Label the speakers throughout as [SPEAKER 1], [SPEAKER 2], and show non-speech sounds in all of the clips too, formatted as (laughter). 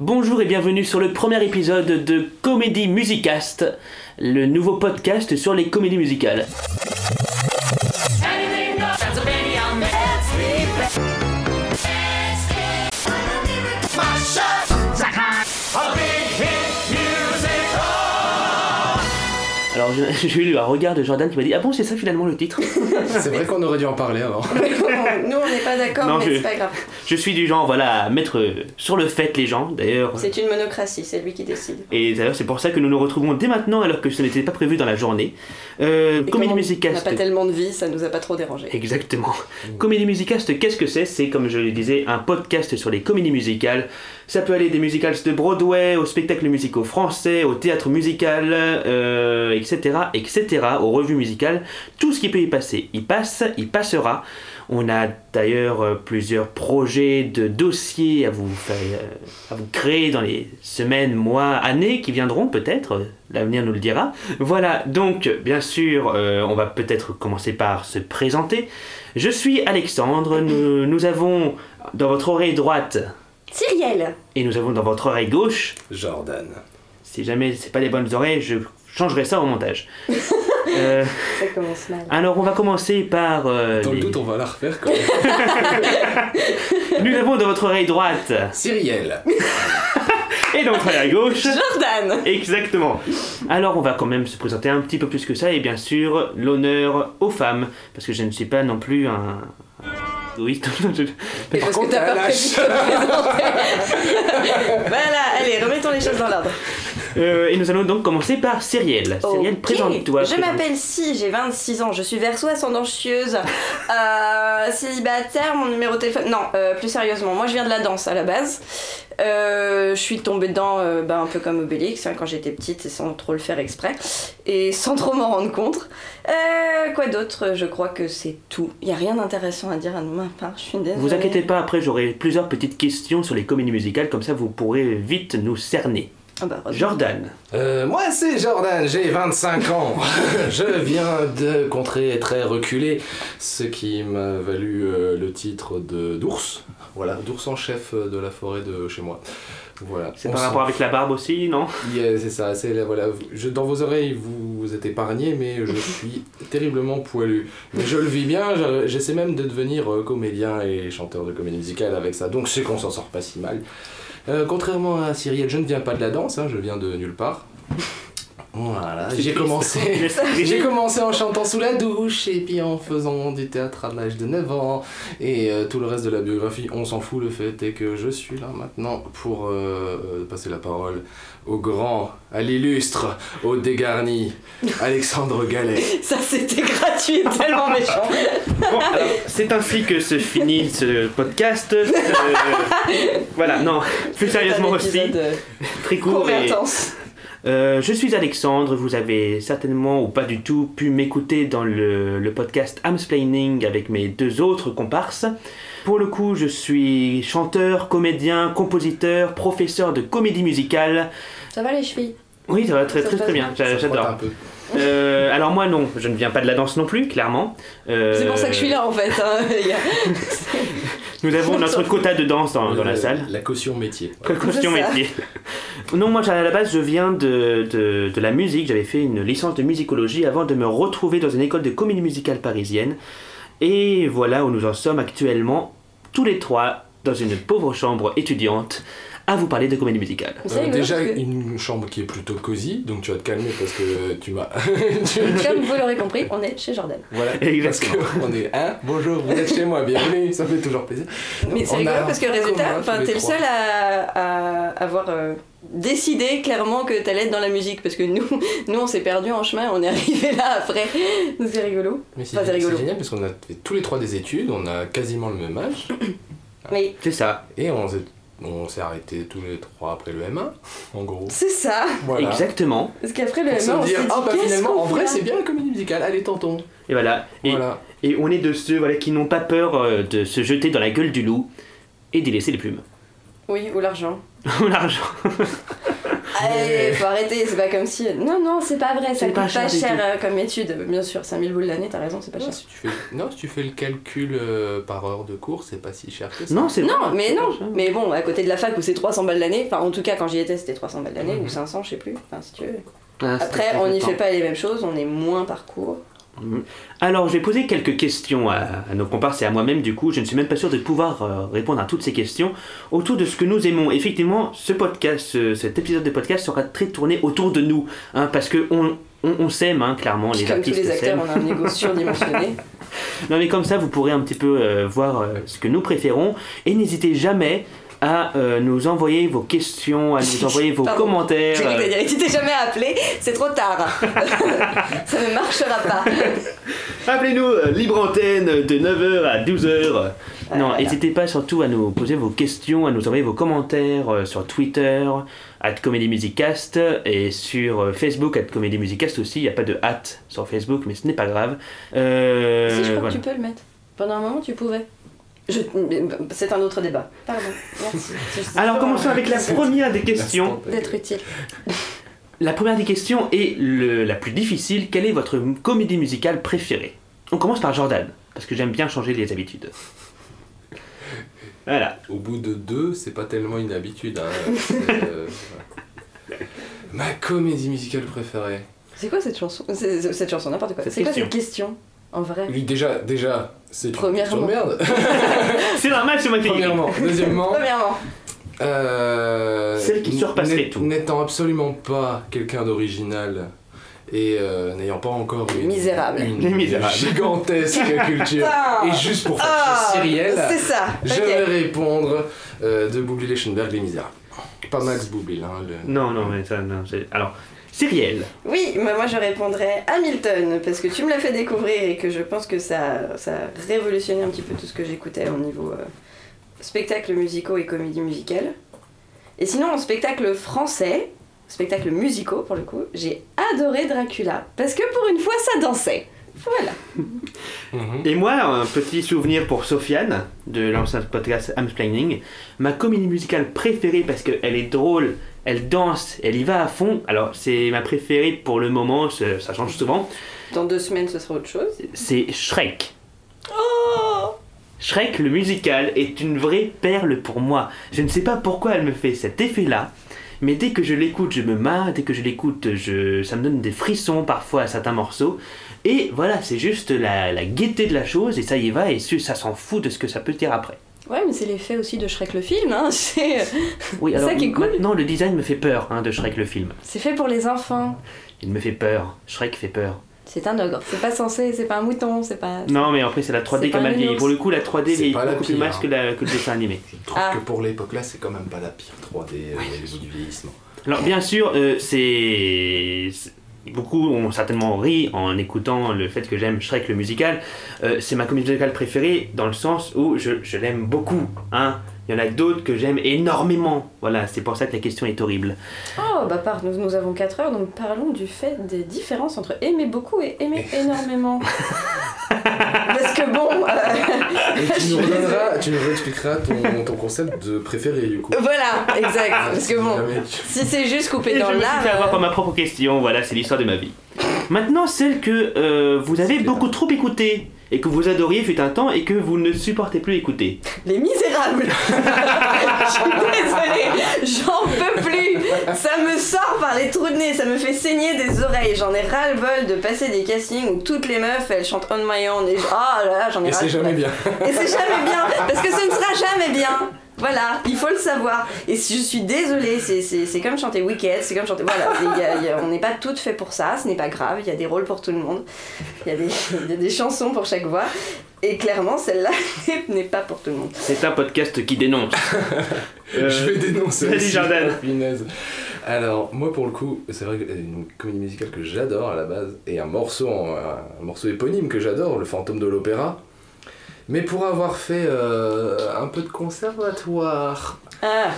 [SPEAKER 1] Bonjour et bienvenue sur le premier épisode de Comédie Musicast, le nouveau podcast sur les comédies musicales.
[SPEAKER 2] Anything goes. Transylvania, let's be best. Let's get my shot. A big hit musical.
[SPEAKER 1] Alors je- (laughs) j'ai eu un regard de Jordan qui m'a dit Ah bon, c'est ça finalement le titre
[SPEAKER 3] C'est vrai qu'on aurait dû en parler (laughs) avant.
[SPEAKER 4] Ah Nous, on n'est pas
[SPEAKER 1] (laughs) Non,
[SPEAKER 4] d'accord, mais
[SPEAKER 1] je-
[SPEAKER 4] c'est pas grave.
[SPEAKER 1] Je suis du genre, voilà, à mettre euh, sur le fait les gens d'ailleurs.
[SPEAKER 4] C'est une monocratie, c'est lui qui décide.
[SPEAKER 1] Et d'ailleurs, c'est pour ça que nous nous retrouvons dès maintenant alors que ce n'était pas prévu dans la journée. Euh,
[SPEAKER 4] Et
[SPEAKER 1] comédie
[SPEAKER 4] comme on-
[SPEAKER 1] Musicast.
[SPEAKER 4] On n'a pas tellement de vie, ça nous a pas trop dérangé.
[SPEAKER 1] Exactement. (laughs) Comédie musicale, qu'est-ce que c'est C'est, comme je le disais, un podcast sur les comédies musicales. Ça peut aller des musicals de Broadway, aux spectacles musicaux français, au théâtre musical, euh, etc., etc., aux revues musicales. Tout ce qui peut y passer, y passe, y passera. On a d'ailleurs euh, plusieurs projets de dossiers à vous, faire, euh, à vous créer dans les semaines, mois, années qui viendront peut-être. L'avenir nous le dira. Voilà, donc bien sûr, euh, on va peut-être commencer par se présenter. Je suis Alexandre, nous, nous avons dans votre oreille droite
[SPEAKER 4] Cyrielle
[SPEAKER 1] et nous avons dans votre oreille gauche,
[SPEAKER 3] Jordan.
[SPEAKER 1] si jamais c'est pas les bonnes oreilles, je changerai ça au montage. Euh,
[SPEAKER 4] Ça commence mal.
[SPEAKER 1] alors on va commencer par... euh,
[SPEAKER 3] Dans le
[SPEAKER 1] les-
[SPEAKER 3] doute, on va la refaire quand même.
[SPEAKER 1] Nous avons dans votre oreille droite
[SPEAKER 3] Cyrielle.
[SPEAKER 1] et dans votre oreille gauche.
[SPEAKER 4] Jordan
[SPEAKER 1] Exactement. Alors on va quand même se présenter un petit peu plus que ça et bien sûr l'honneur aux femmes parce que je ne suis pas non plus un... Oui, (laughs)
[SPEAKER 4] Et parce que
[SPEAKER 3] contre, la
[SPEAKER 4] t'as pas prévu
[SPEAKER 3] lâche.
[SPEAKER 4] de te présenter. (laughs) voilà, allez, remettons les choses dans l'ordre.
[SPEAKER 1] Euh, et nous allons donc commencer par Cyrielle. Cyrielle,
[SPEAKER 4] Ok.
[SPEAKER 1] présente-toi.
[SPEAKER 4] Je
[SPEAKER 1] présente-
[SPEAKER 4] m'appelle Si, j'ai 26 ans, je suis verso ascendancieuse, euh, célibataire, mon numéro de téléphone. Non, euh, plus sérieusement, moi je viens de la danse à la base. Euh, je suis tombée dedans euh, bah, un peu comme Obélix hein, quand j'étais petite et sans trop le faire exprès et sans trop m'en rendre compte. Euh, quoi d'autre Je crois que c'est tout. Il a rien d'intéressant à dire à ma part, je suis désolée.
[SPEAKER 1] Vous inquiétez pas, après j'aurai plusieurs petites questions sur les comédies musicales, comme ça vous pourrez vite nous cerner.
[SPEAKER 4] Ah bah, heureusement.
[SPEAKER 1] Jordan,
[SPEAKER 3] Euh, moi, c'est Jordan, j'ai 25 (laughs) ans. Je viens de contrées très reculées, ce qui m'a valu euh, le titre de d'ours. Voilà, d'ours en chef euh, de la forêt de chez moi. Voilà.
[SPEAKER 1] c'est
[SPEAKER 3] On
[SPEAKER 1] par
[SPEAKER 3] s'en-
[SPEAKER 1] rapport avec la barbe aussi, non
[SPEAKER 3] Yeah, c'est ça, c'est la- voilà. Je, dans vos oreilles, vous, vous êtes épargnés, mais
[SPEAKER 1] (laughs)
[SPEAKER 3] je suis terriblement poilu. Mais je le vis bien, je- j'essaie même de devenir euh, comédien et chanteur de comédie musicale avec ça, donc c'est qu'on s'en sort pas si mal. Euh, contrairement à Cyrielle, je ne viens pas de la danse, hein, je viens de nulle part. Voilà,
[SPEAKER 1] C'est
[SPEAKER 3] Ah, j'ai
[SPEAKER 1] triste.
[SPEAKER 3] commencé.
[SPEAKER 1] (laughs) Mais
[SPEAKER 3] J'ai
[SPEAKER 1] j'ai-
[SPEAKER 3] commencé en chantant sous la douche et puis en faisant du théâtre à l'âge de 9 ans. Et euh, tout le reste de la biographie, on s'en fout. Le fait est que je suis là maintenant pour euh, euh, passer la parole au grand, à l'illustre, au dégarni,
[SPEAKER 1] (laughs)
[SPEAKER 3] Alexandre Gallet.
[SPEAKER 4] Ça c'était (laughs) gratuit, et tellement méchant.
[SPEAKER 1] Bon, alors, c'est ainsi que se finit ce podcast. Euh, voilà,
[SPEAKER 4] (laughs)
[SPEAKER 1] non, plus sérieusement
[SPEAKER 4] C'est un
[SPEAKER 1] aussi,
[SPEAKER 4] épisode, euh,
[SPEAKER 1] très court.
[SPEAKER 4] Court et
[SPEAKER 1] et-
[SPEAKER 4] intense.
[SPEAKER 1] Euh, je suis Alexandre, vous avez certainement ou pas du tout pu m'écouter dans le, le podcast Amsplaining avec mes deux autres comparses. Pour le coup, je suis chanteur, comédien, compositeur, professeur de comédie musicale.
[SPEAKER 4] Ça va les chevilles
[SPEAKER 1] Oui, ça va très
[SPEAKER 4] Ça
[SPEAKER 1] très
[SPEAKER 4] passe.
[SPEAKER 1] très bien, j'a-
[SPEAKER 3] Ça frotte un
[SPEAKER 1] j'adore.
[SPEAKER 3] peu.
[SPEAKER 1] Euh, alors moi non, je ne viens pas de la danse non plus, clairement. Euh,
[SPEAKER 4] C'est pour ça que je suis là en fait. hein, (laughs) les gars.
[SPEAKER 1] Nous avons
[SPEAKER 4] (laughs)
[SPEAKER 1] notre quota de danse dans, dans la
[SPEAKER 3] Le-
[SPEAKER 1] salle.
[SPEAKER 3] Euh, La caution métier.
[SPEAKER 1] Quelle question
[SPEAKER 4] C'est ça.
[SPEAKER 1] métier (laughs) Non, moi à la base je viens de, de, de la musique, j'avais fait une licence de musicologie avant de me retrouver dans une école de comédie musicale parisienne. Et voilà où nous en sommes actuellement, tous les trois, dans une pauvre chambre étudiante, à vous parler de comédie musicale.
[SPEAKER 4] Vous
[SPEAKER 3] Euh,
[SPEAKER 4] savez,
[SPEAKER 3] déjà
[SPEAKER 4] parce que- (laughs)
[SPEAKER 3] une chambre qui est plutôt cosy, donc tu vas te calmer parce que tu m'as. (laughs)
[SPEAKER 4] Comme vous l'aurez compris, on est chez Jordan.
[SPEAKER 3] Voilà,
[SPEAKER 1] (laughs)
[SPEAKER 3] parce
[SPEAKER 1] Exactement.
[SPEAKER 3] qu'on est. Hein Bonjour, vous êtes chez moi, bienvenue, ça fait toujours plaisir.
[SPEAKER 4] Mais c'est
[SPEAKER 3] On a
[SPEAKER 4] rigolo parce que
[SPEAKER 3] un point
[SPEAKER 4] résultat,
[SPEAKER 3] commun,
[SPEAKER 4] enfin,
[SPEAKER 3] tous les
[SPEAKER 4] t'es le
[SPEAKER 3] trois.
[SPEAKER 4] seul à, à avoir euh, décidé clairement que t'allais être dans la musique parce que nous, (laughs) nous on s'est perdu en chemin, on est arrivé là après. Donc c'est rigolo.
[SPEAKER 3] Mais c'est
[SPEAKER 4] Enfin, c'est rigolo.
[SPEAKER 3] c'est génial parce qu'on a fait tous les trois des études, on a quasiment le même âge
[SPEAKER 4] Mais
[SPEAKER 1] C'est ça,
[SPEAKER 3] et on s'est, on s'est arrêtés tous les trois après le M1, en gros.
[SPEAKER 4] c'est ça.
[SPEAKER 3] Voilà.
[SPEAKER 1] exactement.
[SPEAKER 4] Parce qu'après le
[SPEAKER 3] Pour
[SPEAKER 4] M1, on
[SPEAKER 3] se
[SPEAKER 4] s'est
[SPEAKER 3] dire,
[SPEAKER 4] dit, oh,
[SPEAKER 3] ah bah
[SPEAKER 4] qu'est-ce
[SPEAKER 3] finalement,
[SPEAKER 4] qu'on
[SPEAKER 3] en
[SPEAKER 4] fait
[SPEAKER 3] vrai,
[SPEAKER 4] là
[SPEAKER 3] c'est bien la comédie musicale, allez, tonton.
[SPEAKER 1] Et voilà. Et,
[SPEAKER 3] Voilà.
[SPEAKER 1] et on est de ceux voilà, qui n'ont pas peur euh, de se jeter dans la gueule (laughs) du loup et d'y laisser les plumes.
[SPEAKER 4] Oui, ou l'argent.
[SPEAKER 1] Ou l'argent.
[SPEAKER 4] Allez, faut arrêter, c'est pas comme si. Non, non, c'est pas vrai, ça
[SPEAKER 1] C'est
[SPEAKER 4] coûte
[SPEAKER 1] pas
[SPEAKER 4] pas
[SPEAKER 1] cher
[SPEAKER 4] cher,
[SPEAKER 1] du tout.
[SPEAKER 4] euh, comme étude. Bien sûr, 5000 boules l'année, t'as raison, c'est pas
[SPEAKER 3] Non,
[SPEAKER 4] cher.
[SPEAKER 3] si tu fais... non, si tu fais le calcul euh, par heure de cours, c'est pas si cher que ça.
[SPEAKER 1] Non, c'est
[SPEAKER 4] Non, mais
[SPEAKER 1] c'est
[SPEAKER 4] non,
[SPEAKER 1] pas cher.
[SPEAKER 4] mais bon, à côté de la fac où c'est 300 balles l'année, enfin en tout cas quand j'y étais c'était 300 balles l'année
[SPEAKER 3] Mhm.
[SPEAKER 4] ou 500, je sais plus, enfin si tu veux.
[SPEAKER 1] Ah, c'est
[SPEAKER 4] Après,
[SPEAKER 1] très
[SPEAKER 4] on n'y
[SPEAKER 1] important.
[SPEAKER 4] fait pas les mêmes choses, on est moins par cours.
[SPEAKER 1] Alors, je vais poser quelques questions à, à nos comparses et à moi-même, du coup. Je ne suis même pas sûr de pouvoir euh, répondre à toutes ces questions autour de ce que nous aimons. Effectivement, ce podcast, ce- cet épisode de podcast sera très tourné autour de nous, hein, parce que on, on- on s'aime, hein, clairement, les
[SPEAKER 4] Comme tous
[SPEAKER 1] artistes
[SPEAKER 4] les acteurs, hein.
[SPEAKER 1] s'aiment.
[SPEAKER 4] on a un
[SPEAKER 1] (laughs)
[SPEAKER 4] ego surdimensionné.
[SPEAKER 1] Non, mais comme ça, vous pourrez un petit peu euh, voir euh, ce que nous préférons. Et n'hésitez jamais à euh, nous envoyer vos questions, à
[SPEAKER 4] (laughs)
[SPEAKER 1] nous envoyer vos
[SPEAKER 4] Pardon.
[SPEAKER 1] commentaires.
[SPEAKER 4] J'ai cru que t'allais dire, tu t'es jamais appelé, c'est trop tard.
[SPEAKER 1] (laughs)
[SPEAKER 4] ça ne marchera pas.
[SPEAKER 1] Appelez-nous, euh, libre antenne de 9h à 12h. Euh, non,
[SPEAKER 4] voilà.
[SPEAKER 1] n'hésitez pas surtout à nous poser vos questions, à nous envoyer vos commentaires euh, sur Twitter, at Comédie Musicast, et sur euh, Facebook, at Comédie Musicast aussi. Il n'y a pas de hâte sur Facebook, mais ce n'est pas grave. Euh,
[SPEAKER 4] si, je crois
[SPEAKER 1] voilà.
[SPEAKER 4] que tu peux le mettre. Pendant un moment, tu pouvais. Je... C'est un autre débat. Pardon, (laughs) merci. Je-
[SPEAKER 1] Alors, commençons avec la première des questions.
[SPEAKER 4] D'être utile.
[SPEAKER 1] La première des questions est le- la plus difficile. Quelle est votre m- comédie musicale préférée On commence par Jordan, parce que j'aime bien changer les habitudes. Voilà.
[SPEAKER 3] Au bout de deux, c'est pas tellement une habitude. hein.
[SPEAKER 4] (laughs)
[SPEAKER 3] C'est, euh, ouais. Ma comédie musicale préférée.
[SPEAKER 4] C'est quoi cette chanson C'est- c'est- Cette chanson, n'importe quoi.
[SPEAKER 1] Cette
[SPEAKER 4] C'est quoi
[SPEAKER 1] question.
[SPEAKER 4] cette question En vrai
[SPEAKER 3] Oui, déjà, déjà, c'est une
[SPEAKER 4] Premièrement.
[SPEAKER 3] question de merde.
[SPEAKER 4] (laughs)
[SPEAKER 1] C'est normal, c'est ma
[SPEAKER 3] Premièrement. Deuxièmement,
[SPEAKER 4] Premièrement,
[SPEAKER 3] euh,
[SPEAKER 1] Celle qui surpasserait
[SPEAKER 3] n'é-
[SPEAKER 1] tout.
[SPEAKER 3] N'étant absolument pas quelqu'un d'original et euh, n'ayant pas encore une,
[SPEAKER 4] Misérable.
[SPEAKER 1] Les
[SPEAKER 3] une
[SPEAKER 1] misérables.
[SPEAKER 3] gigantesque
[SPEAKER 4] (laughs)
[SPEAKER 3] culture.
[SPEAKER 4] Putain.
[SPEAKER 3] Et juste pour faire
[SPEAKER 4] Ah,
[SPEAKER 3] chier Cyrielle,
[SPEAKER 4] C'est ça.
[SPEAKER 3] je
[SPEAKER 4] ok.
[SPEAKER 3] vais répondre euh, de Boublil Leschenberg, Les Misérables. Pas Max Boublil, hein, le-
[SPEAKER 1] Non, non, mais ça, non. c'est- Alors, Cyrielle.
[SPEAKER 4] Oui, mais moi je répondrais Hamilton parce que tu me l'as fait découvrir et que je pense que ça, ça a révolutionné un petit peu tout ce que j'écoutais au niveau euh, spectacle musicaux et comédie musicale. Et sinon, en spectacle français, spectacle musicaux pour le coup, j'ai adoré Dracula parce que pour une fois ça dansait. Voilà.
[SPEAKER 3] Mhm.
[SPEAKER 1] Et moi, un petit souvenir pour Sofiane de l'ancien podcast Amsplaining. Ma comédie musicale préférée parce qu'elle est drôle, elle danse, elle y va à fond. Alors, c'est ma préférée pour le moment, ça ça change souvent.
[SPEAKER 4] Dans deux semaines, ce sera autre chose.
[SPEAKER 1] C'est Shrek.
[SPEAKER 4] Oh
[SPEAKER 1] Shrek le musical est une vraie perle pour moi. Je ne sais pas pourquoi elle me fait cet effet-là, mais dès que je l'écoute, je me marre, dès que je l'écoute, je... ça me donne des frissons parfois à certains morceaux. Et voilà, c'est juste la, la gaieté de la chose, et ça y va, et su- ça s'en fout de ce que ça peut dire après.
[SPEAKER 4] Ouais, mais c'est l'effet aussi de Shrek le film. Hein. (laughs) C'est
[SPEAKER 1] Oui,
[SPEAKER 4] C'est
[SPEAKER 1] alors
[SPEAKER 4] ça qui est cool.
[SPEAKER 1] maintenant le design me fait peur hein, de Shrek le film.
[SPEAKER 4] c'est fait pour les enfants.
[SPEAKER 1] Il me fait peur, Shrek fait peur.
[SPEAKER 4] C'est un ogre. C'est pas censé. C'est pas un mouton. C'est pas.
[SPEAKER 1] Non, mais après c'est la 3D
[SPEAKER 4] C'est
[SPEAKER 1] qui a
[SPEAKER 4] pas
[SPEAKER 1] mal
[SPEAKER 4] une
[SPEAKER 1] vieilli.
[SPEAKER 4] ours.
[SPEAKER 1] Pour le coup, la 3D
[SPEAKER 3] C'est
[SPEAKER 1] vieillit
[SPEAKER 3] pas la
[SPEAKER 1] beaucoup plus mal
[SPEAKER 3] pire.
[SPEAKER 1] que, la- que le dessin animé.
[SPEAKER 3] Je trouve
[SPEAKER 4] Ah.
[SPEAKER 3] que pour l'époque là, c'est quand même pas la pire 3D euh, au niveau du vieillissement.
[SPEAKER 1] Alors bien sûr, euh, c'est c'est- beaucoup ont certainement ri en écoutant le fait que j'aime Shrek le musical. Euh, c'est ma comédie musicale préférée dans le sens où je, je l'aime beaucoup. Hein. Il y en a d'autres que j'aime énormément. Voilà, c'est pour ça que la question est horrible.
[SPEAKER 4] Oh, bah par, nous, nous avons 4 heures, donc parlons du fait des différences entre aimer beaucoup et
[SPEAKER 3] (laughs)
[SPEAKER 4] aimer énormément. Parce que bon, euh,
[SPEAKER 3] (laughs)
[SPEAKER 4] (laughs)
[SPEAKER 3] Et tu nous redonneras, tu nous réexpliqueras ton, ton concept de préféré (laughs) du coup.
[SPEAKER 4] voilà, exact.
[SPEAKER 3] Ah,
[SPEAKER 4] Parce que bon,
[SPEAKER 3] Jamais tu-
[SPEAKER 4] si c'est juste coupé
[SPEAKER 1] Et je
[SPEAKER 4] dans
[SPEAKER 1] me suis fait avoir
[SPEAKER 4] l'art,
[SPEAKER 1] par ma propre question. Voilà, c'est l'histoire de ma vie. Maintenant, celle que euh, vous avez beaucoup trop écoutée et que vous adoriez fut un temps et que vous ne supportez plus écouter.
[SPEAKER 4] euh, les misérables. (laughs) Je suis désolée, j'en peux plus. Ça me sort par les trous de nez, ça me fait saigner des oreilles. J'en ai ras le bol de passer des castings où toutes les meufs elles chantent On My Own et ah là là, j'en ai
[SPEAKER 3] Et
[SPEAKER 4] ras
[SPEAKER 3] c'est
[SPEAKER 4] le bol.
[SPEAKER 3] jamais bien.
[SPEAKER 4] Et c'est jamais bien, parce que ce ne sera jamais bien. Voilà, il faut le savoir. Et si je suis désolée, c'est- c'est c'est comme chanter Wicked, c'est comme chanter. Voilà, il y a- il y a- on n'est pas toutes faites pour ça, ce n'est pas grave, il y a des rôles pour tout le monde, il y a des, il y a des chansons pour chaque voix. Et clairement, celle-là (laughs) n'est pas pour tout le monde.
[SPEAKER 1] C'est un podcast qui dénonce.
[SPEAKER 3] (laughs)
[SPEAKER 1] Euh,
[SPEAKER 3] Je vais dénoncer.
[SPEAKER 1] Vas-y,
[SPEAKER 3] aussi.
[SPEAKER 1] Jordan.
[SPEAKER 3] Oh, (laughs) punaise. Alors moi pour le coup, c'est vrai que euh, une comédie musicale que j'adore à la base et un morceau, en- un morceau éponyme que j'adore, le Fantôme de l'Opéra. Mais pour avoir fait euh, un peu de conservatoire
[SPEAKER 4] Ah,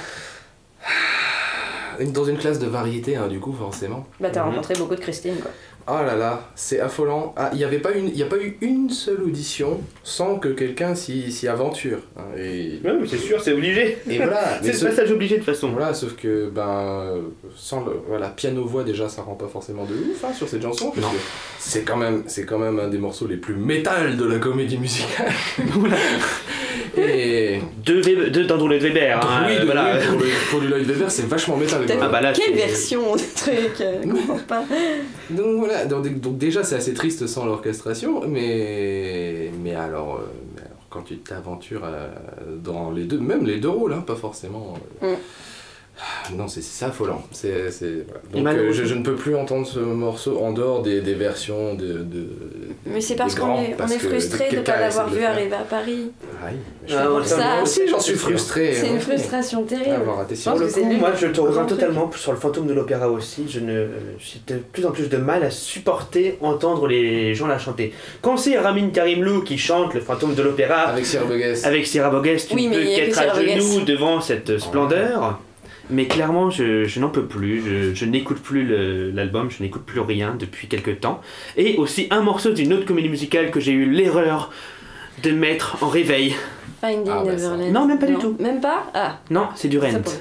[SPEAKER 3] dans une classe de variété, hein, du coup, forcément.
[SPEAKER 4] Bah, t'as
[SPEAKER 1] Mhm.
[SPEAKER 4] rencontré beaucoup de Christine, quoi.
[SPEAKER 3] Ah là là, c'est affolant. Ah, Il n'y avait pas une, il y a pas eu une seule audition sans que quelqu'un s'y s'y aventure. hein, et,
[SPEAKER 1] Ouais, mais c'est sûr, c'est obligé. (laughs)
[SPEAKER 3] et voilà. mais
[SPEAKER 1] C'est le
[SPEAKER 3] ce-
[SPEAKER 1] passage obligé de toute façon.
[SPEAKER 3] Voilà, sauf que ben euh, sans le voilà, piano voix déjà ça rend pas forcément de ouf hein, sur cette chanson parce que c'est quand même c'est quand même un des morceaux les plus métal de la comédie musicale.
[SPEAKER 1] hein. (laughs)
[SPEAKER 3] Et
[SPEAKER 1] Deux, Weber- deux dans le Weber. hein,
[SPEAKER 3] oui,
[SPEAKER 1] euh,
[SPEAKER 3] de-
[SPEAKER 1] voilà.
[SPEAKER 3] oui, pour, le, pour du Lloyd Webber, c'est vachement métal. quoi.
[SPEAKER 1] Ah bah là,
[SPEAKER 4] Quelle
[SPEAKER 1] c'est-
[SPEAKER 4] version des
[SPEAKER 3] (laughs)
[SPEAKER 4] trucs euh, qu'on comprend pas.
[SPEAKER 3] Donc voilà, donc, donc déjà c'est assez triste sans l'orchestration, mais mais alors, euh, mais alors, quand tu t'aventures euh, dans les deux, même les deux rôles, hein, pas forcément. euh,
[SPEAKER 4] Mm.
[SPEAKER 3] ah, Non, c'est c'est affolant. C'est- c'est- voilà.
[SPEAKER 1] Et
[SPEAKER 3] Donc euh,
[SPEAKER 1] malheureusement-
[SPEAKER 3] je, je ne peux plus entendre ce morceau en dehors des, des versions de. de-
[SPEAKER 4] Mais c'est
[SPEAKER 3] des
[SPEAKER 4] parce qu'on
[SPEAKER 3] grands,
[SPEAKER 4] est, on
[SPEAKER 3] parce
[SPEAKER 4] est
[SPEAKER 3] que
[SPEAKER 4] frustré de ne
[SPEAKER 3] quelqu'un
[SPEAKER 4] pas
[SPEAKER 3] essaie
[SPEAKER 4] l'avoir
[SPEAKER 3] de le
[SPEAKER 4] vu
[SPEAKER 3] faire.
[SPEAKER 4] arriver à Paris.
[SPEAKER 3] Ah oui, je
[SPEAKER 1] Ah,
[SPEAKER 3] suis-
[SPEAKER 1] ouais, ça,
[SPEAKER 4] Ça,
[SPEAKER 3] moi aussi j'en suis
[SPEAKER 1] c'est sûr.
[SPEAKER 3] frustré.
[SPEAKER 4] C'est
[SPEAKER 3] hein.
[SPEAKER 4] une frustration terrible.
[SPEAKER 3] D'avoir raté ce
[SPEAKER 4] Je pense
[SPEAKER 1] Pour
[SPEAKER 3] rôle.
[SPEAKER 1] le
[SPEAKER 4] que c'est
[SPEAKER 1] coup,
[SPEAKER 4] lui
[SPEAKER 1] moi,
[SPEAKER 4] qui
[SPEAKER 1] je te
[SPEAKER 4] prend le
[SPEAKER 1] rejoins
[SPEAKER 4] truc.
[SPEAKER 1] totalement sur le fantôme de l'opéra aussi. Je ne, euh, j'ai de plus en plus de mal à supporter entendre les gens la chanter. Quand c'est Ramin Karimlou qui chante le fantôme de l'opéra
[SPEAKER 3] Avec Sir Bogues.
[SPEAKER 1] avec Sierra Bogues, tu
[SPEAKER 4] Oui,
[SPEAKER 1] ne
[SPEAKER 4] mais
[SPEAKER 1] peux
[SPEAKER 4] il y a que
[SPEAKER 1] qu'être à
[SPEAKER 4] Sierra Bogues.
[SPEAKER 1] genoux devant cette splendeur. Mais clairement, je, je n'en peux plus. Je, je n'écoute plus le- l'album, je n'écoute plus rien depuis quelques temps. Et aussi un morceau d'une autre comédie musicale que j'ai eu l'erreur de mettre en réveil.
[SPEAKER 4] Finding
[SPEAKER 3] Ah, bah, ça.
[SPEAKER 4] Neverland.
[SPEAKER 1] Non, même pas du tout.
[SPEAKER 4] Même pas Ah,
[SPEAKER 1] Non, c'est du
[SPEAKER 4] ça
[SPEAKER 1] Rent.
[SPEAKER 4] pourrait.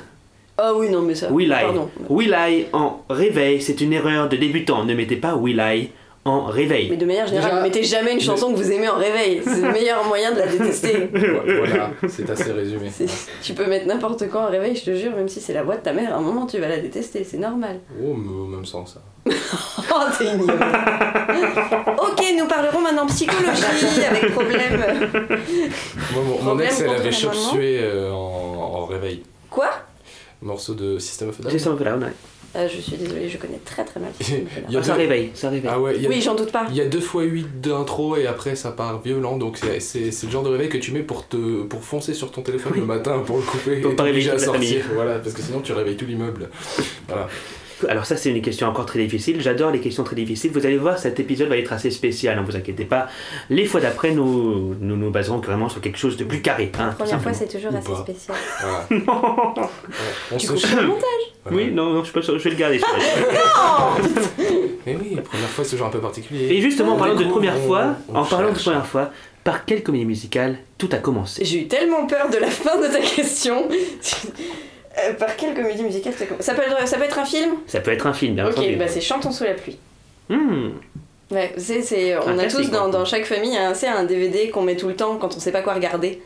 [SPEAKER 4] Ah oui, non, mais ça.
[SPEAKER 1] Will I.
[SPEAKER 4] Pardon.
[SPEAKER 1] Will I en réveil, c'est une erreur de débutant. Ne mettez pas Will I en
[SPEAKER 4] Mais
[SPEAKER 1] réveil.
[SPEAKER 4] de manière générale,
[SPEAKER 3] Déjà-
[SPEAKER 4] ne mettez jamais une chanson que vous aimez en réveil. C'est le meilleur moyen de
[SPEAKER 3] (laughs)
[SPEAKER 4] la détester.
[SPEAKER 3] Voilà, c'est assez résumé.
[SPEAKER 4] (laughs) C'est- Tu peux mettre n'importe quoi en réveil, je te jure, même si c'est la voix de ta mère, à un moment tu vas la détester,
[SPEAKER 3] (laughs)
[SPEAKER 4] c'est normal.
[SPEAKER 3] Oh, mais au même sens ça.
[SPEAKER 4] Oh, t'es ignoble. (laughs) ok, nous parlerons maintenant psychologie avec problème.
[SPEAKER 3] Moi, mon, mon
[SPEAKER 4] Problème
[SPEAKER 3] ex, elle
[SPEAKER 4] contre
[SPEAKER 3] avait
[SPEAKER 4] la maman.
[SPEAKER 3] chopsué euh, en, en réveil.
[SPEAKER 4] Quoi
[SPEAKER 3] Morceau de System of a Down.
[SPEAKER 1] C'est ça, voilà, on a-
[SPEAKER 4] Euh, Je suis désolée, je connais très très mal. ce film.
[SPEAKER 3] Il y a (laughs)
[SPEAKER 1] Ah, ça
[SPEAKER 3] deux-
[SPEAKER 1] réveille, ça réveille.
[SPEAKER 3] Ah ouais, il y a,
[SPEAKER 4] Oui, j'en doute pas.
[SPEAKER 3] il y a deux fois 8 d'intro et après ça part violent. Donc c'est- c'est c'est le genre de réveil que tu mets pour te pour foncer sur ton téléphone le matin pour le couper
[SPEAKER 1] Pour
[SPEAKER 3] et
[SPEAKER 1] pas réveiller
[SPEAKER 3] t'obliger à
[SPEAKER 1] toute la
[SPEAKER 3] sortir. Voilà, parce que sinon tu réveilles tout l'immeuble. Voilà.
[SPEAKER 1] Alors ça c'est une question encore très difficile, j'adore les questions très difficiles, vous allez voir cet épisode va être assez spécial, ne vous inquiétez pas, les fois d'après nous, nous nous baserons vraiment sur quelque chose de plus carré. hein, tout
[SPEAKER 4] Première
[SPEAKER 1] simplement.
[SPEAKER 4] fois, c'est toujours
[SPEAKER 3] Ou
[SPEAKER 4] assez
[SPEAKER 3] pas.
[SPEAKER 4] spécial.
[SPEAKER 1] (laughs)
[SPEAKER 3] voilà. On
[SPEAKER 4] Tu
[SPEAKER 3] se
[SPEAKER 4] coupes
[SPEAKER 3] ch-
[SPEAKER 4] le montage
[SPEAKER 3] Voilà.
[SPEAKER 1] Oui, non, non, je, peux- je vais le garder. celui-là.
[SPEAKER 3] Mais oui, première fois c'est toujours un peu particulier.
[SPEAKER 1] Et justement, en
[SPEAKER 3] On
[SPEAKER 1] parlant de
[SPEAKER 3] découvre,
[SPEAKER 1] première
[SPEAKER 3] on-
[SPEAKER 1] fois,
[SPEAKER 3] on
[SPEAKER 1] en parlant de
[SPEAKER 3] cherche.
[SPEAKER 1] première fois, par quelle comédie musicale tout a commencé
[SPEAKER 4] J'ai eu tellement peur de la fin de ta question. (laughs) Euh, Par quelle comédie musicale ça commence ça peut, être, ça peut être un film
[SPEAKER 1] Ça peut être un film, bien entendu.
[SPEAKER 4] Ok, bah c'est Chantons sous la pluie.
[SPEAKER 1] Hmm.
[SPEAKER 4] Ouais, c'est, c'est, on a tous
[SPEAKER 1] classique,
[SPEAKER 4] dans,
[SPEAKER 1] quoi.
[SPEAKER 4] dans chaque famille un, c'est un DVD qu'on met tout le temps quand on sait pas quoi regarder.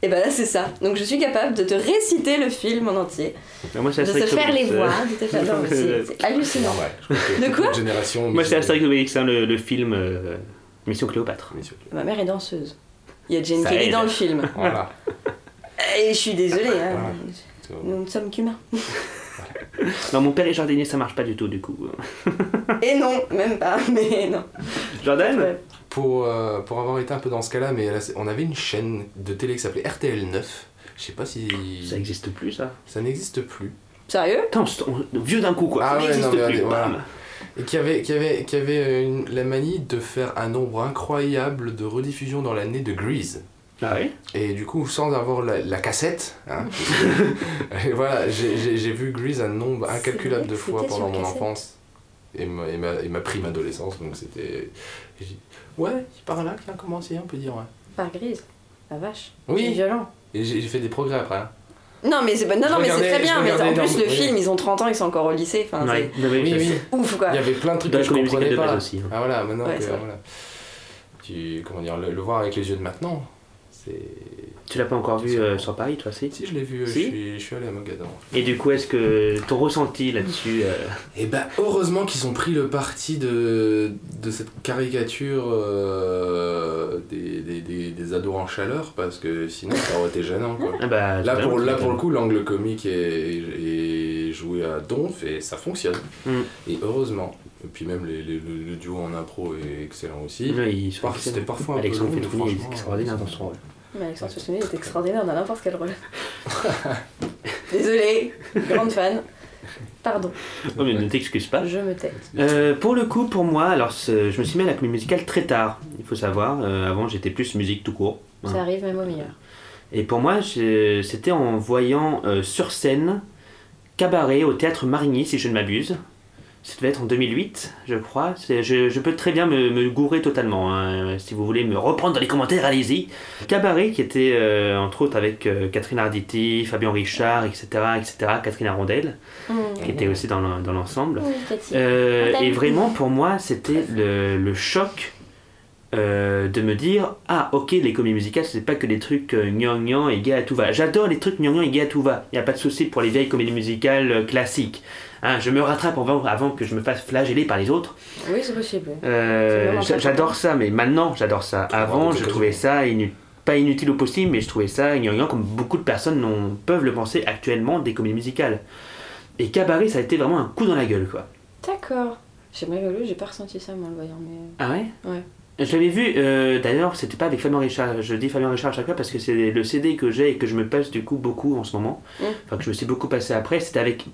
[SPEAKER 4] Et bah là c'est ça. Donc je suis capable de te réciter le film en entier,
[SPEAKER 1] Alors, Ah, Moi, c'est
[SPEAKER 4] de te
[SPEAKER 1] Astérix
[SPEAKER 4] faire les
[SPEAKER 1] Obélix, euh,
[SPEAKER 4] voix, de te faire. Non, mais c'est, c'est
[SPEAKER 3] C'est
[SPEAKER 4] hallucinant.
[SPEAKER 3] normal. je crois que
[SPEAKER 4] De
[SPEAKER 3] toute
[SPEAKER 4] quoi
[SPEAKER 3] notre génération.
[SPEAKER 1] euh, Moi, c'est
[SPEAKER 3] mais-
[SPEAKER 1] Astérix Obélix, hein, le, le film euh, Mission Cléopâtre.
[SPEAKER 3] mais surtout-
[SPEAKER 4] Ma mère est danseuse. Il y a Jane
[SPEAKER 1] Ça
[SPEAKER 4] Kelly
[SPEAKER 1] aide.
[SPEAKER 4] dans le film.
[SPEAKER 3] Voilà.
[SPEAKER 1] Ah.
[SPEAKER 4] Et je suis désolée. hein.
[SPEAKER 3] Voilà.
[SPEAKER 4] Nous ne sommes qu'humains.
[SPEAKER 1] Non, mon père est jardinier, ça marche pas du tout, du coup.
[SPEAKER 4] Et non, même pas, (laughs) mais non.
[SPEAKER 1] Jordan
[SPEAKER 4] Ouais.
[SPEAKER 3] Pour, euh, pour avoir été un peu dans ce cas-là, mais là, c'est- on avait une chaîne de télé qui s'appelait RTL9. Je sais pas si
[SPEAKER 1] Ça existe plus, ça.
[SPEAKER 3] ça n'existe plus.
[SPEAKER 4] Sérieux
[SPEAKER 1] Putain, on se- on- vieux d'un coup, quoi.
[SPEAKER 3] Ah
[SPEAKER 1] ça
[SPEAKER 3] ouais,
[SPEAKER 1] n'existe
[SPEAKER 3] non, mais
[SPEAKER 1] plus.
[SPEAKER 3] allez,
[SPEAKER 1] bam.
[SPEAKER 3] voilà. Et qui avait, qui avait, qui avait euh, une- la manie de faire un nombre incroyable de rediffusions dans l'année de Grease.
[SPEAKER 1] Ah ouais
[SPEAKER 3] Et du coup, sans avoir la, la cassette,
[SPEAKER 4] (laughs)
[SPEAKER 3] hein, parce que- et voilà, j'ai- j'ai j'ai vu Grease un nombre
[SPEAKER 4] C'est
[SPEAKER 3] incalculable
[SPEAKER 4] vrai
[SPEAKER 3] de
[SPEAKER 4] que
[SPEAKER 3] fois
[SPEAKER 4] c'était
[SPEAKER 3] pendant
[SPEAKER 4] sur
[SPEAKER 3] mon
[SPEAKER 4] cassette.
[SPEAKER 3] enfance et ma, et, ma, et ma prime adolescence. Donc c'était. j'ai dit, Ouais, c'est par là qu'il a commencé, on peut dire. ouais.
[SPEAKER 4] Par grise. La vache.
[SPEAKER 3] Oui.
[SPEAKER 4] C'est violent.
[SPEAKER 3] Et j'ai j'ai fait des progrès après. hein.
[SPEAKER 4] Non mais c'est pas... non,
[SPEAKER 3] Je
[SPEAKER 4] non, mais c'est
[SPEAKER 3] regardais-
[SPEAKER 4] très bien.
[SPEAKER 3] je
[SPEAKER 4] Mais en
[SPEAKER 3] regardais
[SPEAKER 4] plus
[SPEAKER 3] dans-
[SPEAKER 4] le
[SPEAKER 3] oui.
[SPEAKER 4] film, ils ont 30 ans, ils sont encore au lycée. Enfin,
[SPEAKER 1] Ouais, bah oui,
[SPEAKER 3] Oui,
[SPEAKER 1] ça,
[SPEAKER 3] oui.
[SPEAKER 1] c'est-
[SPEAKER 4] c'est ouf quoi.
[SPEAKER 3] Il y avait plein de trucs
[SPEAKER 1] Dans la
[SPEAKER 3] que je
[SPEAKER 1] comédie musicale
[SPEAKER 3] comprenais
[SPEAKER 1] de
[SPEAKER 3] pas.
[SPEAKER 1] base aussi, hein.
[SPEAKER 3] Ah voilà, maintenant
[SPEAKER 4] Ouais,
[SPEAKER 3] que
[SPEAKER 4] c'est vrai.
[SPEAKER 3] voilà. Tu comment dire le, le voir avec les yeux de maintenant, c'est
[SPEAKER 1] Tu l'as pas encore vu euh, sur Paris, toi, si
[SPEAKER 3] si je l'ai vu, euh,
[SPEAKER 1] Si.
[SPEAKER 3] je suis je suis allé à Mogador.
[SPEAKER 1] Et du coup, est-ce que ton ressenti là-dessus euh,
[SPEAKER 3] Et bah heureusement qu'ils ont pris le parti de, de cette caricature euh, des, des, des, des ados en chaleur parce que sinon ça aurait été gênant (laughs) quoi.
[SPEAKER 1] ah bah,
[SPEAKER 3] Là
[SPEAKER 1] vraiment,
[SPEAKER 3] pour, là
[SPEAKER 1] tu-
[SPEAKER 3] pour le coup l'angle comique est, est joué à donf et ça fonctionne.
[SPEAKER 1] Mm.
[SPEAKER 3] Et heureusement. Et puis même les, les- le, le duo en impro est excellent aussi.
[SPEAKER 1] Non, il se
[SPEAKER 3] Par- C'était parfois un peu long,
[SPEAKER 1] Alexandre
[SPEAKER 3] mais
[SPEAKER 1] Petrouni est
[SPEAKER 3] franchement, euh,
[SPEAKER 1] extraordinaire dans son rôle.
[SPEAKER 4] Mais Alexandre Souchonnet est extraordinaire dans n'importe quel rôle. Désolée, grande fan. Pardon,
[SPEAKER 1] Oh, mais ne t'excuse pas.
[SPEAKER 4] je me tais.
[SPEAKER 1] Euh, pour le coup, pour moi, alors ce- je me suis mis à la comédie musicale très tard. Il faut savoir, euh, avant j'étais plus musique tout court. hein.
[SPEAKER 4] Ça arrive même au meilleur.
[SPEAKER 1] Et pour moi, je- c'était en voyant euh, sur scène cabaret au théâtre Marigny, si je ne m'abuse. Ça devait être en 2008, je crois. C'est- Je, je peux très bien me, me gourer totalement. hein. Si vous voulez me reprendre dans les commentaires, allez-y. Cabaret qui était euh, entre autres avec euh, Catherine Arditi, Fabien Richard, etc., etc., Catherine Arondel,
[SPEAKER 4] Mmh.
[SPEAKER 1] qui était aussi dans l'en- dans l'ensemble. Euh,
[SPEAKER 4] On t'aime.
[SPEAKER 1] et vraiment, pour moi, c'était le, le choc euh, de me dire Ah, ok, les comédies musicales, c'est pas que des trucs euh, gnangnan et gay à tout va. J'adore les trucs gnangnan et gay à tout va. Il n'y a pas de souci pour les vieilles comédies musicales euh, classiques. Hein, je me rattrape avant, avant que je me fasse flageller par les autres.
[SPEAKER 4] Oui, c'est possible.
[SPEAKER 1] Euh,
[SPEAKER 4] C'est vraiment
[SPEAKER 1] j'a-
[SPEAKER 4] pas
[SPEAKER 1] j'adore ça, mais maintenant, j'adore ça. Avant,
[SPEAKER 3] d'autres
[SPEAKER 1] je trouvais ça inu- pas inutile au possible, mais je trouvais ça gnangnan comme beaucoup de personnes n'ont- peuvent le penser actuellement des comédies musicales. Et Cabaret, ça a été vraiment un coup dans la gueule, quoi.
[SPEAKER 4] D'accord. J'ai mal relu, j'ai pas ressenti ça moi en le voyant, mais. euh.
[SPEAKER 1] Ah ouais
[SPEAKER 4] Ouais.
[SPEAKER 1] Je l'avais vu, euh, d'ailleurs, c'était pas avec Fabien Richard. Je dis Fabien Richard à chaque fois parce que c'est le CD que j'ai et que je me passe du coup beaucoup en ce moment.
[SPEAKER 4] Mm.
[SPEAKER 1] Enfin, que je me suis beaucoup passé après. C'était avec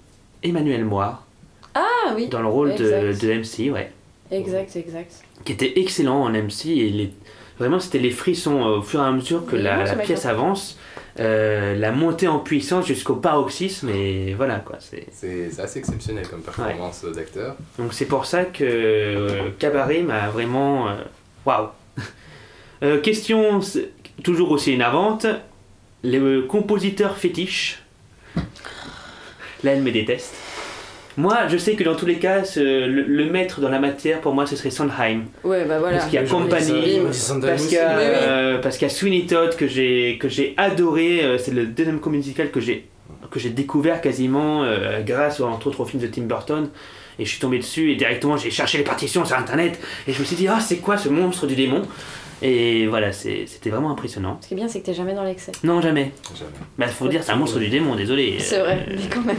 [SPEAKER 1] Emmanuel Moir
[SPEAKER 4] Ah oui
[SPEAKER 1] dans le rôle de,
[SPEAKER 4] Exact.
[SPEAKER 1] de MC, ouais.
[SPEAKER 4] Exact, exact.
[SPEAKER 1] Qui était excellent en MC et les- vraiment, c'était les frissons euh, au fur et à mesure que
[SPEAKER 4] Mais
[SPEAKER 1] la,
[SPEAKER 4] non, ça
[SPEAKER 1] la
[SPEAKER 4] m'a
[SPEAKER 1] pièce
[SPEAKER 4] étonné.
[SPEAKER 1] avance. euh, la montée en puissance jusqu'au paroxysme et voilà quoi c'est
[SPEAKER 3] C'est c'est assez exceptionnel comme performance d'acteur.
[SPEAKER 1] donc c'est pour ça que euh, Cabaret m'a vraiment euh, waouh (laughs) Euh, question c'est- toujours aussi énervante. Les euh, compositeurs fétiches. Là, elle me déteste. Moi, je sais que dans tous les cas, ce- le, le maître dans la matière, pour moi, ce serait Sondheim.
[SPEAKER 4] Ouais, bah voilà.
[SPEAKER 1] Parce qu'il y a
[SPEAKER 4] dit
[SPEAKER 1] Compagnie,
[SPEAKER 4] ça.
[SPEAKER 1] parce qu'il y a,
[SPEAKER 4] Oui, oui.
[SPEAKER 1] euh, parce qu'il y a Sweeney Todd que j'ai que j'ai adoré. euh, C'est le deuxième comédie musical que j'ai que j'ai découvert quasiment euh, grâce entre autres au film de Tim Burton. Et je suis tombé dessus et directement j'ai cherché les partitions sur internet et je me suis dit ah c'est quoi ce monstre du démon et voilà c'est- c'était vraiment impressionnant.
[SPEAKER 4] Ce qui est bien, c'est que t'es jamais dans l'excès.
[SPEAKER 1] Non jamais.
[SPEAKER 3] Jamais.
[SPEAKER 1] Bah faut dire c'est un monstre du démon désolé.
[SPEAKER 4] C'est vrai,
[SPEAKER 1] Euh,
[SPEAKER 4] mais quand même.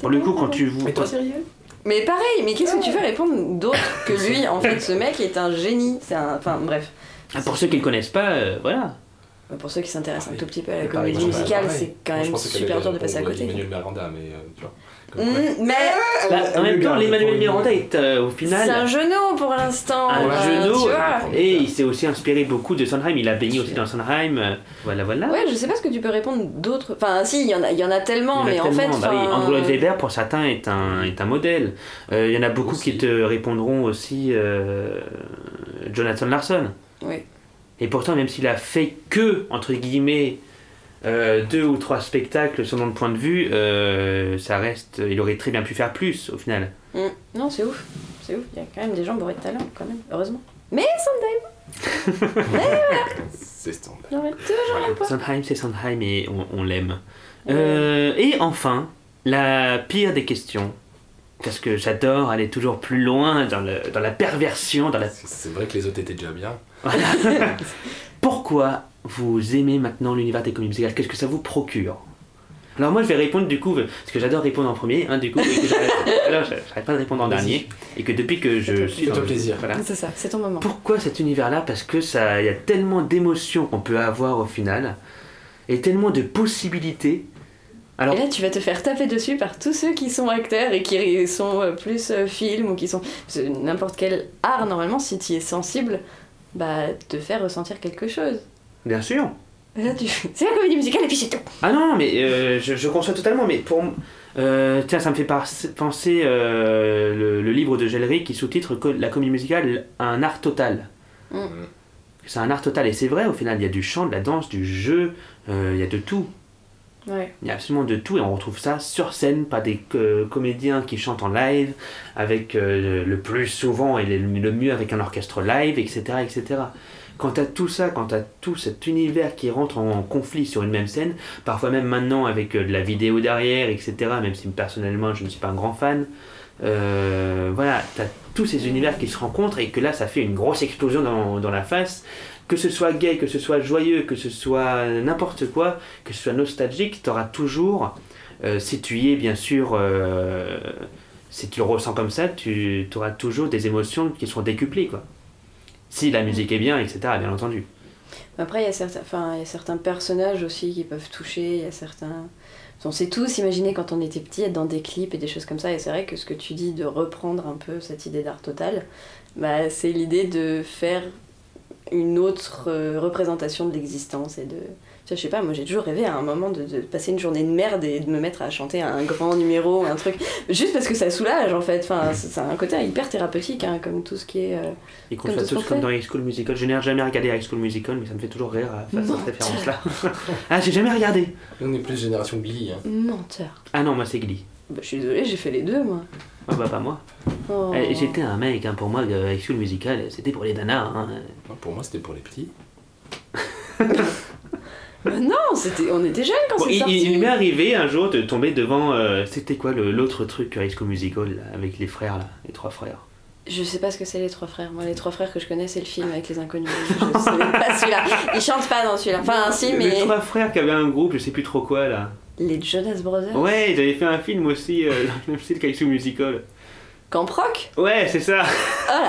[SPEAKER 1] pour le coup quand tu vous
[SPEAKER 3] sérieux
[SPEAKER 4] Mais pareil, mais qu'est-ce que tu veux répondre d'autre que lui En fait, ce mec est un génie. C'est un. Enfin, bref.
[SPEAKER 1] pour ceux qui ne connaissent pas euh, voilà
[SPEAKER 4] Pour ceux qui s'intéressent un tout petit peu à la
[SPEAKER 3] Mais pareil,
[SPEAKER 4] comédie
[SPEAKER 3] moi, je
[SPEAKER 4] musicale,
[SPEAKER 3] pareil.
[SPEAKER 4] c'est quand
[SPEAKER 3] Moi, je
[SPEAKER 4] même
[SPEAKER 3] pensais qu'elle
[SPEAKER 4] super
[SPEAKER 3] allait
[SPEAKER 4] dur de passer à
[SPEAKER 3] répondre
[SPEAKER 4] côté.
[SPEAKER 3] Emmanuel Miranda, mais euh, tu vois. comme quoi.
[SPEAKER 4] Mm, mais
[SPEAKER 1] Bah, en même temps l'Emmanuel Miranda est euh, au
[SPEAKER 4] c'est
[SPEAKER 1] final
[SPEAKER 4] un genou pour l'instant.
[SPEAKER 1] un
[SPEAKER 4] euh,
[SPEAKER 1] genou ah,
[SPEAKER 4] Tu vois
[SPEAKER 1] et il s'est aussi inspiré beaucoup de Sondheim il a baigné aussi dans Sondheim euh, voilà voilà
[SPEAKER 4] Ouais, je sais pas ce que tu peux répondre d'autres. Enfin, si, il y en a, il y en a tellement,
[SPEAKER 1] Il
[SPEAKER 4] mais
[SPEAKER 1] y en a
[SPEAKER 4] en fait.
[SPEAKER 1] tellement. Bah oui,
[SPEAKER 4] enfin, euh,
[SPEAKER 1] Andrew Lloyd Webber pour certains est un, est un modèle Euh, il y en a beaucoup
[SPEAKER 3] Aussi.
[SPEAKER 1] qui te répondront aussi euh, Jonathan Larson
[SPEAKER 4] Oui.
[SPEAKER 1] et pourtant même s'il a fait que entre guillemets euh, deux ou trois spectacles selon le point de vue euh, ça reste il aurait très bien pu faire plus au final
[SPEAKER 4] Mm. Non, c'est ouf. C'est ouf. Il y a quand même des gens bourrés de talent, quand même. Heureusement. Mais
[SPEAKER 3] C'est standard.
[SPEAKER 4] il y en a toujours un peu.
[SPEAKER 1] Sondheim, c'est Sondheim et on, on l'aime. Euh, et enfin, la pire des questions, parce que j'adore aller toujours plus loin dans, le- dans la perversion, dans la...
[SPEAKER 3] C'est- C'est vrai que les autres étaient déjà bien.
[SPEAKER 1] Pourquoi vous aimez maintenant l'univers des comédies musicales Qu'est-ce que ça vous procure Alors moi, je vais répondre du coup, parce que j'adore répondre en premier, hein, du coup, et que
[SPEAKER 3] (laughs)
[SPEAKER 1] j'arrête- alors, j'arrête pas de répondre en
[SPEAKER 3] Vas-y.
[SPEAKER 1] dernier, et que depuis que je suis...
[SPEAKER 3] Fais-toi
[SPEAKER 1] dans-
[SPEAKER 3] plaisir.
[SPEAKER 1] Voilà.
[SPEAKER 4] C'est ça, c'est ton moment.
[SPEAKER 1] Pourquoi cet univers-là Parce que ça, il y a tellement d'émotions qu'on peut avoir au final, et tellement de possibilités. Alors,
[SPEAKER 4] Et là, tu vas te faire taper dessus par tous ceux qui sont acteurs et qui sont euh, plus euh, films ou qui sont. parce que N'importe quel art, normalement, si tu es sensible, bah, te faire ressentir quelque chose.
[SPEAKER 1] bien sûr.
[SPEAKER 4] Et Là, tu... C'est la comédie musicale et puis c'est tout.
[SPEAKER 1] Ah non, non, mais euh, je, je conçois totalement, mais pour... m- euh, tiens, ça me fait par- penser euh, le, le livre de Gellery qui sous-titre co- La comédie musicale, un art total.
[SPEAKER 4] Mm.
[SPEAKER 1] C'est un art total, et c'est vrai, au final, il y a du chant, de la danse, du jeu, euh, il y a de tout.
[SPEAKER 4] Ouais.
[SPEAKER 1] Il y a absolument de tout et on retrouve ça sur scène par des euh, comédiens qui chantent en live, avec euh, le plus souvent et le, le mieux avec un orchestre live, etc. etc. Quand t'as tout ça, quand t'as tout cet univers qui rentre en, conflit sur une même scène, parfois même maintenant avec euh, de la vidéo derrière, etc., même si personnellement je ne suis pas un grand fan, euh, voilà, t'as tous ces univers qui se rencontrent et que là ça fait une grosse explosion dans, dans la face. Que ce soit gay, que ce soit joyeux, que ce soit n'importe quoi, que ce soit nostalgique, tu auras toujours, euh, si tu y es bien sûr, euh, si tu le ressens comme ça, tu auras toujours des émotions qui seront décuplées. Quoi. Si la musique est bien, etc., bien entendu.
[SPEAKER 4] Après, il y, a certains... enfin, il y a certains personnages aussi qui peuvent toucher, il y a certains. On s'est tous imaginés quand on était petit être dans des clips et des choses comme ça, et c'est vrai que ce que tu dis de reprendre un peu cette idée d'art total, bah, c'est l'idée de faire une autre euh, représentation de l'existence et de Je sais pas, moi j'ai toujours rêvé à un moment de, de passer une journée de merde et de me mettre à chanter un grand numéro, un truc, juste parce que ça soulage en fait. Enfin, c'est c'est un côté hyper thérapeutique, hein, comme tout ce qui est. euh,
[SPEAKER 1] Et qu'on
[SPEAKER 4] Comme
[SPEAKER 1] soit
[SPEAKER 4] tout ce
[SPEAKER 1] tous
[SPEAKER 4] qu'on
[SPEAKER 1] comme
[SPEAKER 4] fait.
[SPEAKER 1] dans High School Musical. Je n'ai jamais regardé High School Musical, mais ça me fait toujours rire euh, face à cette
[SPEAKER 4] Menteur.
[SPEAKER 1] référence-là. (laughs) ah, j'ai jamais regardé.
[SPEAKER 3] On est plus génération Glee. Hein.
[SPEAKER 4] Menteur.
[SPEAKER 1] Ah non, moi c'est Glee.
[SPEAKER 4] Bah, je suis désolée, j'ai fait les deux moi.
[SPEAKER 1] Ah bah pas moi.
[SPEAKER 4] Oh.
[SPEAKER 1] Eh, J'étais un mec, hein, pour moi, euh, High School Musical, c'était pour les nanas. hein.
[SPEAKER 3] Pour moi, c'était pour les petits.
[SPEAKER 4] Bah non, c'était, on était jeunes quand
[SPEAKER 1] Bon,
[SPEAKER 4] c'est
[SPEAKER 1] il,
[SPEAKER 4] sorti.
[SPEAKER 1] il- il m'est arrivé un jour de tomber devant. euh, c'était quoi le- l'autre truc que High School Musical là, avec les frères là, les trois frères.
[SPEAKER 4] Je sais pas ce que c'est les trois frères. Moi, les trois frères que je connais, c'est le film avec les inconnus. Je (laughs) sais même pas celui-là. Ils chantent pas dans celui-là. Enfin, si,
[SPEAKER 1] Les- Les
[SPEAKER 4] mais
[SPEAKER 1] trois frères qui avaient un groupe, je sais plus trop quoi là.
[SPEAKER 4] les Jonas Brothers.
[SPEAKER 1] Ouais, ils avaient fait un film aussi, euh, (laughs) dans le même style qu'High School Musical.
[SPEAKER 4] Camp Rock
[SPEAKER 1] Ouais, c'est ça.
[SPEAKER 4] Oh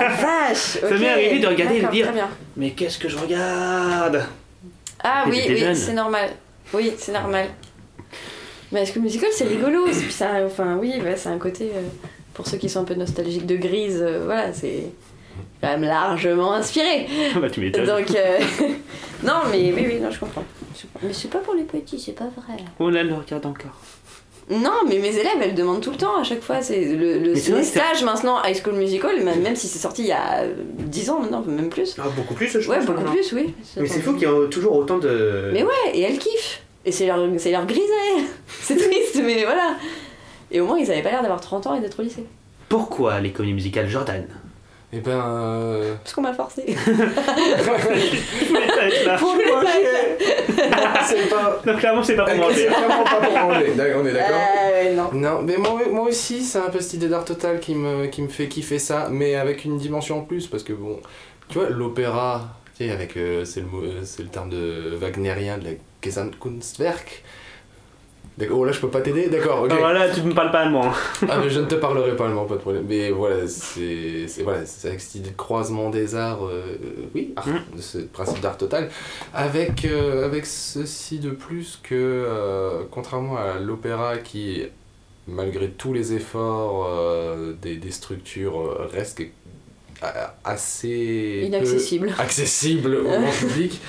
[SPEAKER 1] (laughs)
[SPEAKER 4] la vache
[SPEAKER 1] Ça
[SPEAKER 4] ok.
[SPEAKER 1] m'est arrivé de regarder et de
[SPEAKER 4] D'accord,
[SPEAKER 1] dire-
[SPEAKER 4] très bien.
[SPEAKER 1] Mais qu'est-ce que je regarde
[SPEAKER 4] Ah
[SPEAKER 1] T'étais
[SPEAKER 4] oui, oui,
[SPEAKER 1] jeune.
[SPEAKER 4] c'est normal. Oui, c'est normal. Mais est-ce que le musical, c'est rigolo c'est- puis ça, Enfin, oui, ouais, c'est un côté. euh, pour ceux qui sont un peu nostalgiques de Grise, euh, voilà, c'est quand même largement inspiré.
[SPEAKER 1] (laughs) Bah tu m'étonnes.
[SPEAKER 4] Donc, euh, (laughs) non, mais oui, oui, non, je comprends. Mais c'est pas pour les petits, c'est pas vrai.
[SPEAKER 1] On la le regarde encore.
[SPEAKER 4] Non, mais mes élèves, elles demandent tout le temps à chaque fois. C'est le, le-
[SPEAKER 1] Mais c'est vrai
[SPEAKER 4] les
[SPEAKER 1] que ça-
[SPEAKER 4] stages maintenant, High School Musical, même même si c'est sorti il y a euh, 10 ans maintenant, même plus.
[SPEAKER 1] Ah, beaucoup plus, je
[SPEAKER 4] Ouais, beaucoup plus, oui.
[SPEAKER 1] y ait toujours autant de.
[SPEAKER 4] Mais ouais, et elles kiffent. Et c'est leur, c'est leur grise à elles. (laughs) C'est triste, mais voilà. Et au moins, ils avaient pas l'air d'avoir 30 ans et d'être au lycée.
[SPEAKER 1] Pourquoi les comédies musicales Jordan (laughs)
[SPEAKER 3] Eh ben.
[SPEAKER 4] (laughs)
[SPEAKER 3] euh, (laughs)
[SPEAKER 4] Parce qu'on m'a forcé.
[SPEAKER 1] Donc
[SPEAKER 3] Ah,
[SPEAKER 4] Pour les blagues.
[SPEAKER 3] c'est pas.
[SPEAKER 1] clairement c'est pas pour
[SPEAKER 3] C'est
[SPEAKER 1] manger.
[SPEAKER 3] vraiment pas pour manger. D'ac- On est d'accord
[SPEAKER 4] Euh, non.
[SPEAKER 3] Non, mais moi, moi aussi, c'est un peu cette idée d'art total qui me, qui me fait kiffer ça, mais avec une dimension en plus, parce que bon, tu vois, l'opéra, tu sais, avec, euh, c'est le, mot- euh, c'est le terme de wagnérien, de la Gesamtkunstwerk. D'accord, oh là, je peux pas t'aider D'accord, ok.
[SPEAKER 1] Alors là Ah, tu me parles pas allemand.
[SPEAKER 3] Ah, mais je ne te parlerai pas allemand, pas de problème. Mais voilà, c'est c'est- voilà, c'est avec cette idée de croisement des arts, euh, euh, oui, art- de ce principe d'art total, avec, euh, avec ceci de plus que, euh, contrairement à l'opéra qui, malgré tous les efforts euh, des, des structures, euh, reste a- assez peu-
[SPEAKER 4] Inaccessible.
[SPEAKER 3] accessible au grand public,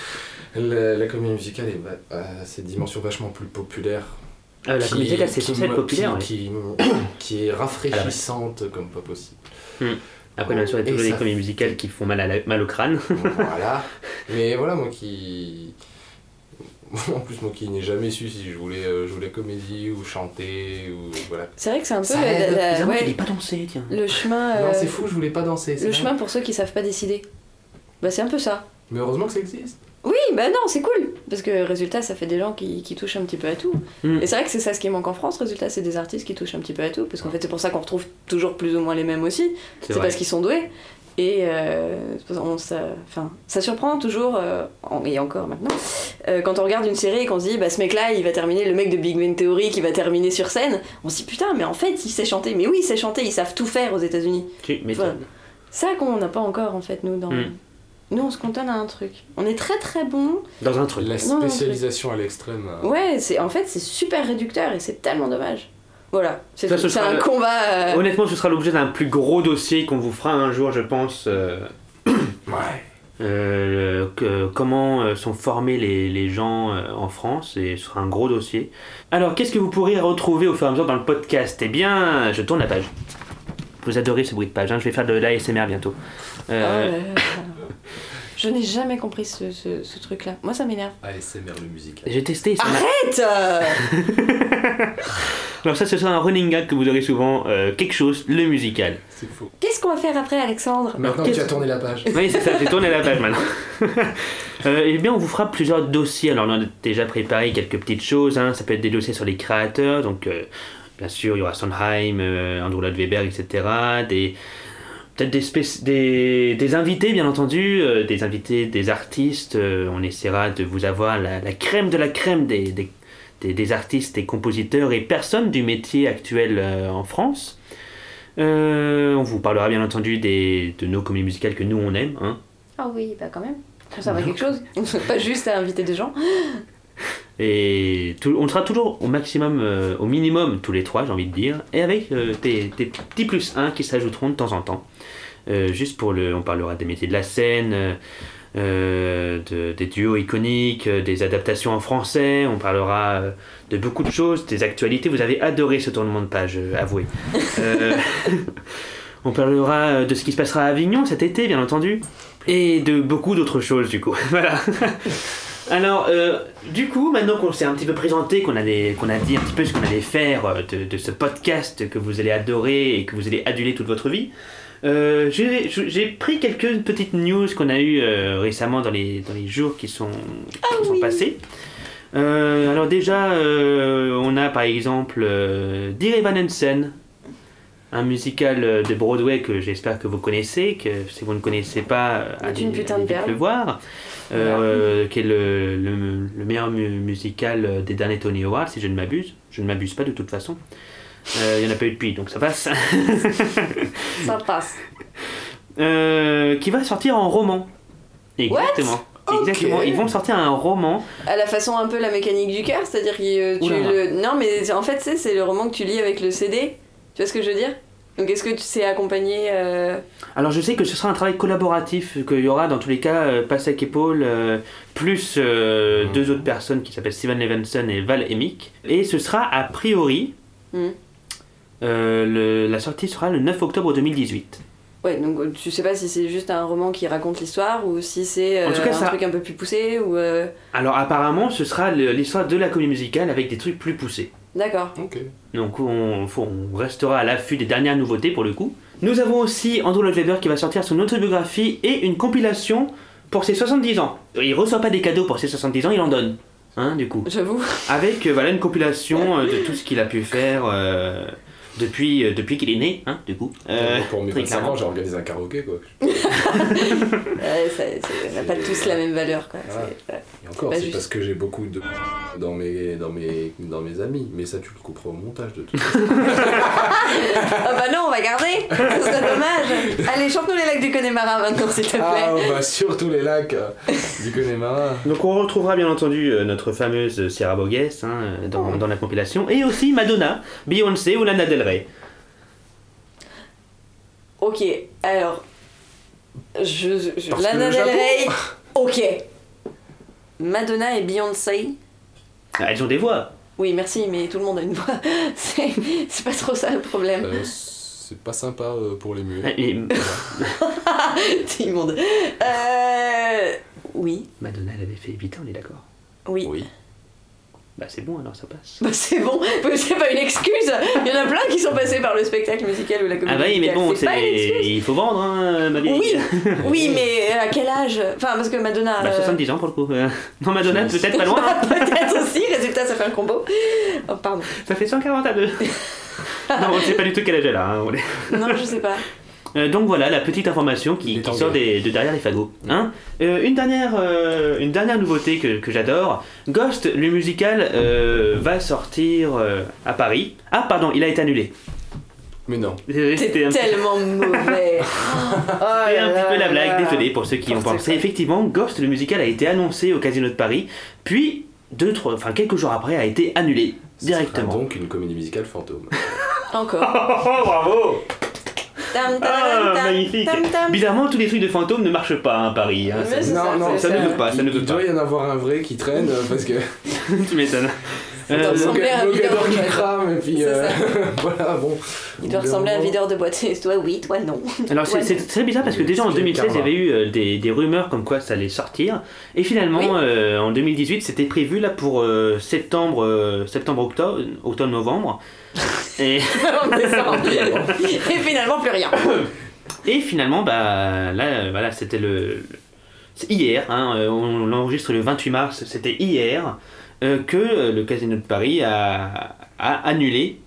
[SPEAKER 3] la, la comédie musicale est bah, va- a ses dimensions vachement plus populaires
[SPEAKER 1] Ah, la comédie musicale c'est
[SPEAKER 3] qui
[SPEAKER 1] censé
[SPEAKER 3] me-
[SPEAKER 1] être populaire. ouais.
[SPEAKER 3] qui, (coughs) qui- qui est rafraîchissante comme pas possible.
[SPEAKER 1] Après bien sûr il y a
[SPEAKER 3] Et
[SPEAKER 1] toujours des
[SPEAKER 3] ça- Euh,
[SPEAKER 1] comédies musicales qui font mal, à la- mal au crâne.
[SPEAKER 3] (laughs) voilà. Mais voilà, moi qui. (laughs) En plus, moi qui n'ai jamais su si je voulais euh, jouer la comédie ou chanter ou voilà.
[SPEAKER 4] C'est vrai que c'est un peu
[SPEAKER 3] Ça
[SPEAKER 4] la-
[SPEAKER 3] aide.
[SPEAKER 4] la-
[SPEAKER 1] Bizarrement
[SPEAKER 4] ouais,
[SPEAKER 1] il est pas dansé tiens.
[SPEAKER 4] le chemin.
[SPEAKER 3] Non,
[SPEAKER 4] euh,
[SPEAKER 3] c'est fou, je voulais pas danser. c'est
[SPEAKER 4] le
[SPEAKER 3] dingue.
[SPEAKER 4] chemin pour ceux qui savent pas décider. Bah, c'est un peu ça.
[SPEAKER 3] Mais heureusement que ça existe.
[SPEAKER 4] Oui, bah non, c'est cool. Parce que résultat, ça fait des gens qui, qui touchent un petit peu à tout.
[SPEAKER 1] Mm.
[SPEAKER 4] Et c'est vrai que c'est ça ce qui manque en France. Résultat, c'est des artistes qui touchent un petit peu à tout. Parce qu'en fait, c'est pour ça qu'on retrouve toujours plus ou moins les mêmes aussi.
[SPEAKER 1] C'est
[SPEAKER 4] C'est
[SPEAKER 1] vrai.
[SPEAKER 4] parce qu'ils sont doués. Et euh, on, ça, enfin, ça surprend toujours, euh, en- et encore maintenant, euh, quand on regarde une série et qu'on se dit, bah, ce mec-là, il va terminer, le mec de Big Bang Theory qui va terminer sur scène, on se dit, putain, mais en fait, il sait chanter. Mais oui, il sait chanter, ils savent tout faire aux États-Unis.
[SPEAKER 1] Tu m'étonnes.
[SPEAKER 4] Ça qu'on n'a pas encore, en fait, nous, dans.
[SPEAKER 1] Mm.
[SPEAKER 4] Nous, on se cantonne à un truc. On est très très bon.
[SPEAKER 1] Dans un truc.
[SPEAKER 3] La
[SPEAKER 4] Non, non,
[SPEAKER 3] spécialisation à l'extrême. euh,
[SPEAKER 4] Ouais, c'est en fait, c'est super réducteur et c'est tellement dommage. Voilà, c'est
[SPEAKER 1] Ça,
[SPEAKER 4] tout.
[SPEAKER 1] ce
[SPEAKER 4] C'est
[SPEAKER 1] sera
[SPEAKER 4] un
[SPEAKER 1] le-
[SPEAKER 4] combat. euh,
[SPEAKER 1] Honnêtement ce sera l'objet d'un plus gros dossier qu'on vous fera un jour je pense. euh,
[SPEAKER 3] Ouais.
[SPEAKER 1] Euh, que- comment euh, sont formés les, les gens euh, en France et ce sera un gros dossier. Alors, qu'est-ce que vous pourrez retrouver au fur et à mesure dans le podcast Eh bien, je tourne la page. Vous adorez ce bruit de page, hein, je vais faire de l'ASMR bientôt. Euh,
[SPEAKER 4] Oh là là. Je n'ai jamais compris ce, ce- ce truc-là. Moi, ça m'énerve.
[SPEAKER 3] ASMR le musical.
[SPEAKER 1] J'ai testé. ça m'a-
[SPEAKER 4] Arrête euh,
[SPEAKER 1] Alors, ça, ce sera un running gag que vous aurez souvent euh, quelque chose, le musical.
[SPEAKER 3] C'est faux.
[SPEAKER 4] Qu'est-ce qu'on va faire après, Alexandre
[SPEAKER 3] Maintenant que
[SPEAKER 1] qu'est-ce-
[SPEAKER 3] tu as tourné la page.
[SPEAKER 1] Oui, c'est ça, j'ai tourné la page maintenant. Euh, eh bien, on vous fera plusieurs dossiers. Alors, on en a déjà préparé quelques petites choses. hein. Ça peut être des dossiers sur les créateurs. Donc, euh, bien sûr, il y aura Sondheim, euh, Andrew Lloyd Webber, etc. Des, peut-être des, spéc- des, des invités, bien entendu. euh, des invités, des artistes. Euh, on essaiera de vous avoir la, la crème de la crème des, des, des- des artistes, des compositeurs et personnes du métier actuel euh, en France. Euh, on vous parlera bien entendu des, de nos comédies musicales que nous on aime. hein.
[SPEAKER 4] Ah oui, bah quand même. Ça va quelque chose. (laughs) Pas juste à inviter des gens.
[SPEAKER 1] Et tout- on sera toujours au maximum, euh, au minimum tous les trois, j'ai envie de dire, et avec euh, des, des petits plus 1 qui s'ajouteront de temps en temps. Euh, juste pour le. On parlera des métiers de la scène, euh, euh, de- des duos iconiques, euh, des adaptations en français, on parlera euh, de beaucoup de choses, des actualités. Vous avez adoré ce tournement de page, euh, avouez. Euh, on parlera euh, de ce qui se passera à Avignon cet été, bien entendu, et de beaucoup d'autres choses, du coup. (laughs) voilà. Alors, euh, du coup, maintenant qu'on s'est un petit peu présenté, qu'on allait- qu'on a dit un petit peu ce qu'on allait faire euh, de, de ce podcast que vous allez adorer et que vous allez aduler toute votre vie, euh, j'ai j'ai- j'ai pris quelques petites news qu'on a eues euh, récemment dans les, dans les jours qui sont,
[SPEAKER 4] Ah
[SPEAKER 1] qui sont passés. Euh, alors déjà, euh, on a par exemple euh, Dear Evan Hansen, un musical euh, de Broadway que j'espère que vous connaissez, que si vous ne connaissez pas, euh,
[SPEAKER 4] C'est une putain de
[SPEAKER 1] allez
[SPEAKER 4] perle.
[SPEAKER 1] le voir, euh, qui est le, le- le meilleur mu- musical euh, des derniers Tony Awards, si je ne m'abuse. Je ne m'abuse pas de toute façon. Euh, Il n'y en a pas eu depuis, donc ça passe. (laughs)
[SPEAKER 4] Ça passe.
[SPEAKER 1] Euh, qui va sortir en roman. Exactement.
[SPEAKER 3] Ok.
[SPEAKER 1] Exactement. Ils vont sortir un roman.
[SPEAKER 4] À la façon un peu la mécanique du cœur, c'est-à-dire que euh, tu
[SPEAKER 1] Oula.
[SPEAKER 4] le. Non, mais en fait, tu sais, c'est le roman que tu lis avec le CD. Tu vois ce que je veux dire Donc, est-ce que tu sais accompagner. euh,
[SPEAKER 1] Alors je sais que ce sera un travail collaboratif, qu'il y aura dans tous les cas euh, Pasek et Paul, euh, plus euh,
[SPEAKER 3] Mhm.
[SPEAKER 1] deux autres personnes qui s'appellent Steven Levinson et Val Emick. Et ce sera a priori,
[SPEAKER 4] Mhm.
[SPEAKER 1] euh, le- la sortie sera le 9 octobre 2018.
[SPEAKER 4] Ouais, donc euh, tu sais pas si c'est juste un roman qui raconte l'histoire ou si c'est
[SPEAKER 1] En
[SPEAKER 4] euh,
[SPEAKER 1] tout cas,
[SPEAKER 4] un
[SPEAKER 1] ça-
[SPEAKER 4] truc un peu plus poussé ou. euh,
[SPEAKER 1] Alors apparemment ce sera le- l'histoire de la comédie musicale avec des trucs plus poussés.
[SPEAKER 4] D'accord.
[SPEAKER 3] Ok.
[SPEAKER 1] Donc on, faut- on restera à l'affût des dernières nouveautés pour le coup. Nous avons aussi Andrew Lloyd Webber qui va sortir son autobiographie et une compilation pour ses 70 ans. Il reçoit pas des cadeaux pour ses 70 ans, il en donne. Hein, du coup. (laughs)
[SPEAKER 4] J'avoue.
[SPEAKER 1] Avec euh, voilà une compilation euh, de tout ce qu'il a pu faire euh, depuis, euh, depuis qu'il est né, hein, du coup. Euh,
[SPEAKER 3] pour mes
[SPEAKER 1] très
[SPEAKER 3] 25
[SPEAKER 1] clairement.
[SPEAKER 3] ans, j'ai organisé un karaoké quoi.
[SPEAKER 4] Ouais, ça, ça- on a pas tous la même valeur
[SPEAKER 1] Ah.
[SPEAKER 4] quoi.
[SPEAKER 3] Voilà.
[SPEAKER 4] C'est- ouais.
[SPEAKER 3] Et encore,
[SPEAKER 4] Bah,
[SPEAKER 3] c'est
[SPEAKER 4] juste.
[SPEAKER 3] parce que j'ai beaucoup de dans mes, dans, mes, dans mes amis. Mais ça, tu le couperas au montage de tout.
[SPEAKER 4] (laughs) Ah bah non, on va garder (laughs) Ce serait dommage Allez, chante-nous les lacs du Connemara maintenant, s'il te plaît.
[SPEAKER 3] ah, bah surtout les lacs euh, du Connemara.
[SPEAKER 1] Donc on retrouvera bien entendu euh, notre fameuse Sierra Bogues hein, euh,
[SPEAKER 3] Oh.
[SPEAKER 1] dans, dans la compilation. Et aussi Madonna, Beyoncé ou Lana Del Rey.
[SPEAKER 4] Ok, alors. Je, je,
[SPEAKER 3] Parce que
[SPEAKER 4] Lana
[SPEAKER 3] le
[SPEAKER 4] Del
[SPEAKER 3] Japon.
[SPEAKER 4] Rey. (laughs) Ok. Madonna et Beyoncé.
[SPEAKER 1] Ah, Elles ont des voix.
[SPEAKER 4] Oui, merci, mais tout le monde a une voix. (laughs) C'est c'est pas trop ça le problème. (laughs)
[SPEAKER 3] Euh, c'est pas sympa euh, pour les murs.
[SPEAKER 1] Et-
[SPEAKER 4] C'est immonde. Euh. Oui,
[SPEAKER 1] Madonna, elle avait fait 8 ans, on est d'accord.
[SPEAKER 4] oui.
[SPEAKER 3] Oui.
[SPEAKER 1] Bah c'est bon alors ça passe.
[SPEAKER 4] Bah, c'est bon, (laughs) c'est pas une excuse. Il y en a plein qui sont passés par le spectacle musical ou la comédie
[SPEAKER 1] Ah bah oui mais
[SPEAKER 4] musicale.
[SPEAKER 1] bon
[SPEAKER 4] c'est pas une excuse.
[SPEAKER 1] c'est il faut vendre hein ma vieille.
[SPEAKER 4] Oui, oui, mais à quel âge Enfin, parce que Madonna.
[SPEAKER 1] Bah
[SPEAKER 4] euh,
[SPEAKER 1] 70 ans pour le coup. euh. Non Madonna
[SPEAKER 3] Je-
[SPEAKER 1] peut-être pas loin. hein.
[SPEAKER 4] (laughs) bah, Peut-être aussi, résultat, ça fait un combo. Oh, pardon.
[SPEAKER 1] Ça fait 140 à 2.
[SPEAKER 4] (laughs)
[SPEAKER 1] non on ne sait pas du tout quel âge elle a. hein, on est-
[SPEAKER 4] Non, je sais pas.
[SPEAKER 1] Euh, donc voilà la petite information
[SPEAKER 3] Il
[SPEAKER 1] qui,
[SPEAKER 3] est Mm.
[SPEAKER 1] qui
[SPEAKER 3] anglais.
[SPEAKER 1] sort des- de derrière les fagots. Hein Euh, une, dernière, euh, une dernière nouveauté que, que j'adore. Ghost le musical euh, va sortir euh, à Paris. Ah pardon il a été annulé.
[SPEAKER 3] Mais non.
[SPEAKER 1] Désolé,
[SPEAKER 4] T'es
[SPEAKER 1] c'était un petit- (laughs)
[SPEAKER 4] tellement mauvais. Ah
[SPEAKER 1] Et un petit peu la blague, désolé pour ceux qui ont
[SPEAKER 4] N'importe
[SPEAKER 1] pensé.
[SPEAKER 4] quoi.
[SPEAKER 1] Effectivement, Ghost le musical a été annoncé au Casino de Paris, puis deux, trois, enfin quelques jours après a été annulé
[SPEAKER 3] Ce sera
[SPEAKER 1] directement.
[SPEAKER 3] donc une comédie musicale fantôme.
[SPEAKER 4] (laughs) Encore.
[SPEAKER 1] Oh, bravo
[SPEAKER 4] Tam, tam,
[SPEAKER 1] (laughs) Ah,
[SPEAKER 4] tam,
[SPEAKER 1] magnifique
[SPEAKER 4] tam, tam.
[SPEAKER 1] Bizarrement, tous les trucs de fantômes ne marchent pas hein, à Paris. hein,
[SPEAKER 4] Mais
[SPEAKER 1] ça-
[SPEAKER 4] c'est ça, c'est
[SPEAKER 1] ça ne veut pas, ça ne
[SPEAKER 3] Il-
[SPEAKER 1] veut
[SPEAKER 3] Il
[SPEAKER 1] pas.
[SPEAKER 3] doit y en avoir un vrai qui traîne euh, parce
[SPEAKER 4] (laughs)
[SPEAKER 3] que.
[SPEAKER 1] (laughs) tu m'étonnes. Euh,
[SPEAKER 4] Attends,
[SPEAKER 1] donc,
[SPEAKER 4] ressembler à un
[SPEAKER 3] Boca- Bocador
[SPEAKER 4] videur,
[SPEAKER 3] qui
[SPEAKER 4] en fait.
[SPEAKER 3] crame et puis.
[SPEAKER 4] C'est
[SPEAKER 3] euh, (laughs) voilà, bon.
[SPEAKER 4] Il doit ressembler à un videur de boîte. Et Toi, oui, toi, non. (laughs)
[SPEAKER 1] alors c'est-
[SPEAKER 4] Ouais.
[SPEAKER 1] c'est très bizarre parce que
[SPEAKER 3] Il est
[SPEAKER 1] déjà en
[SPEAKER 3] stylé,
[SPEAKER 1] 2016 il y
[SPEAKER 3] Karma.
[SPEAKER 1] avait eu euh, des, des rumeurs comme quoi ça allait sortir et finalement
[SPEAKER 4] Oui.
[SPEAKER 1] euh, en 2018 c'était prévu là pour euh, septembre euh, septembre octobre automne
[SPEAKER 4] (laughs)
[SPEAKER 1] novembre et
[SPEAKER 4] On descend. Et finalement, plus rien.
[SPEAKER 1] Et finalement, bah, là, euh, voilà, c'était le. c'est hier, hein, euh, on l'enregistre le 28 mars, c'était hier euh, que euh, le Casino de Paris a, a annulé,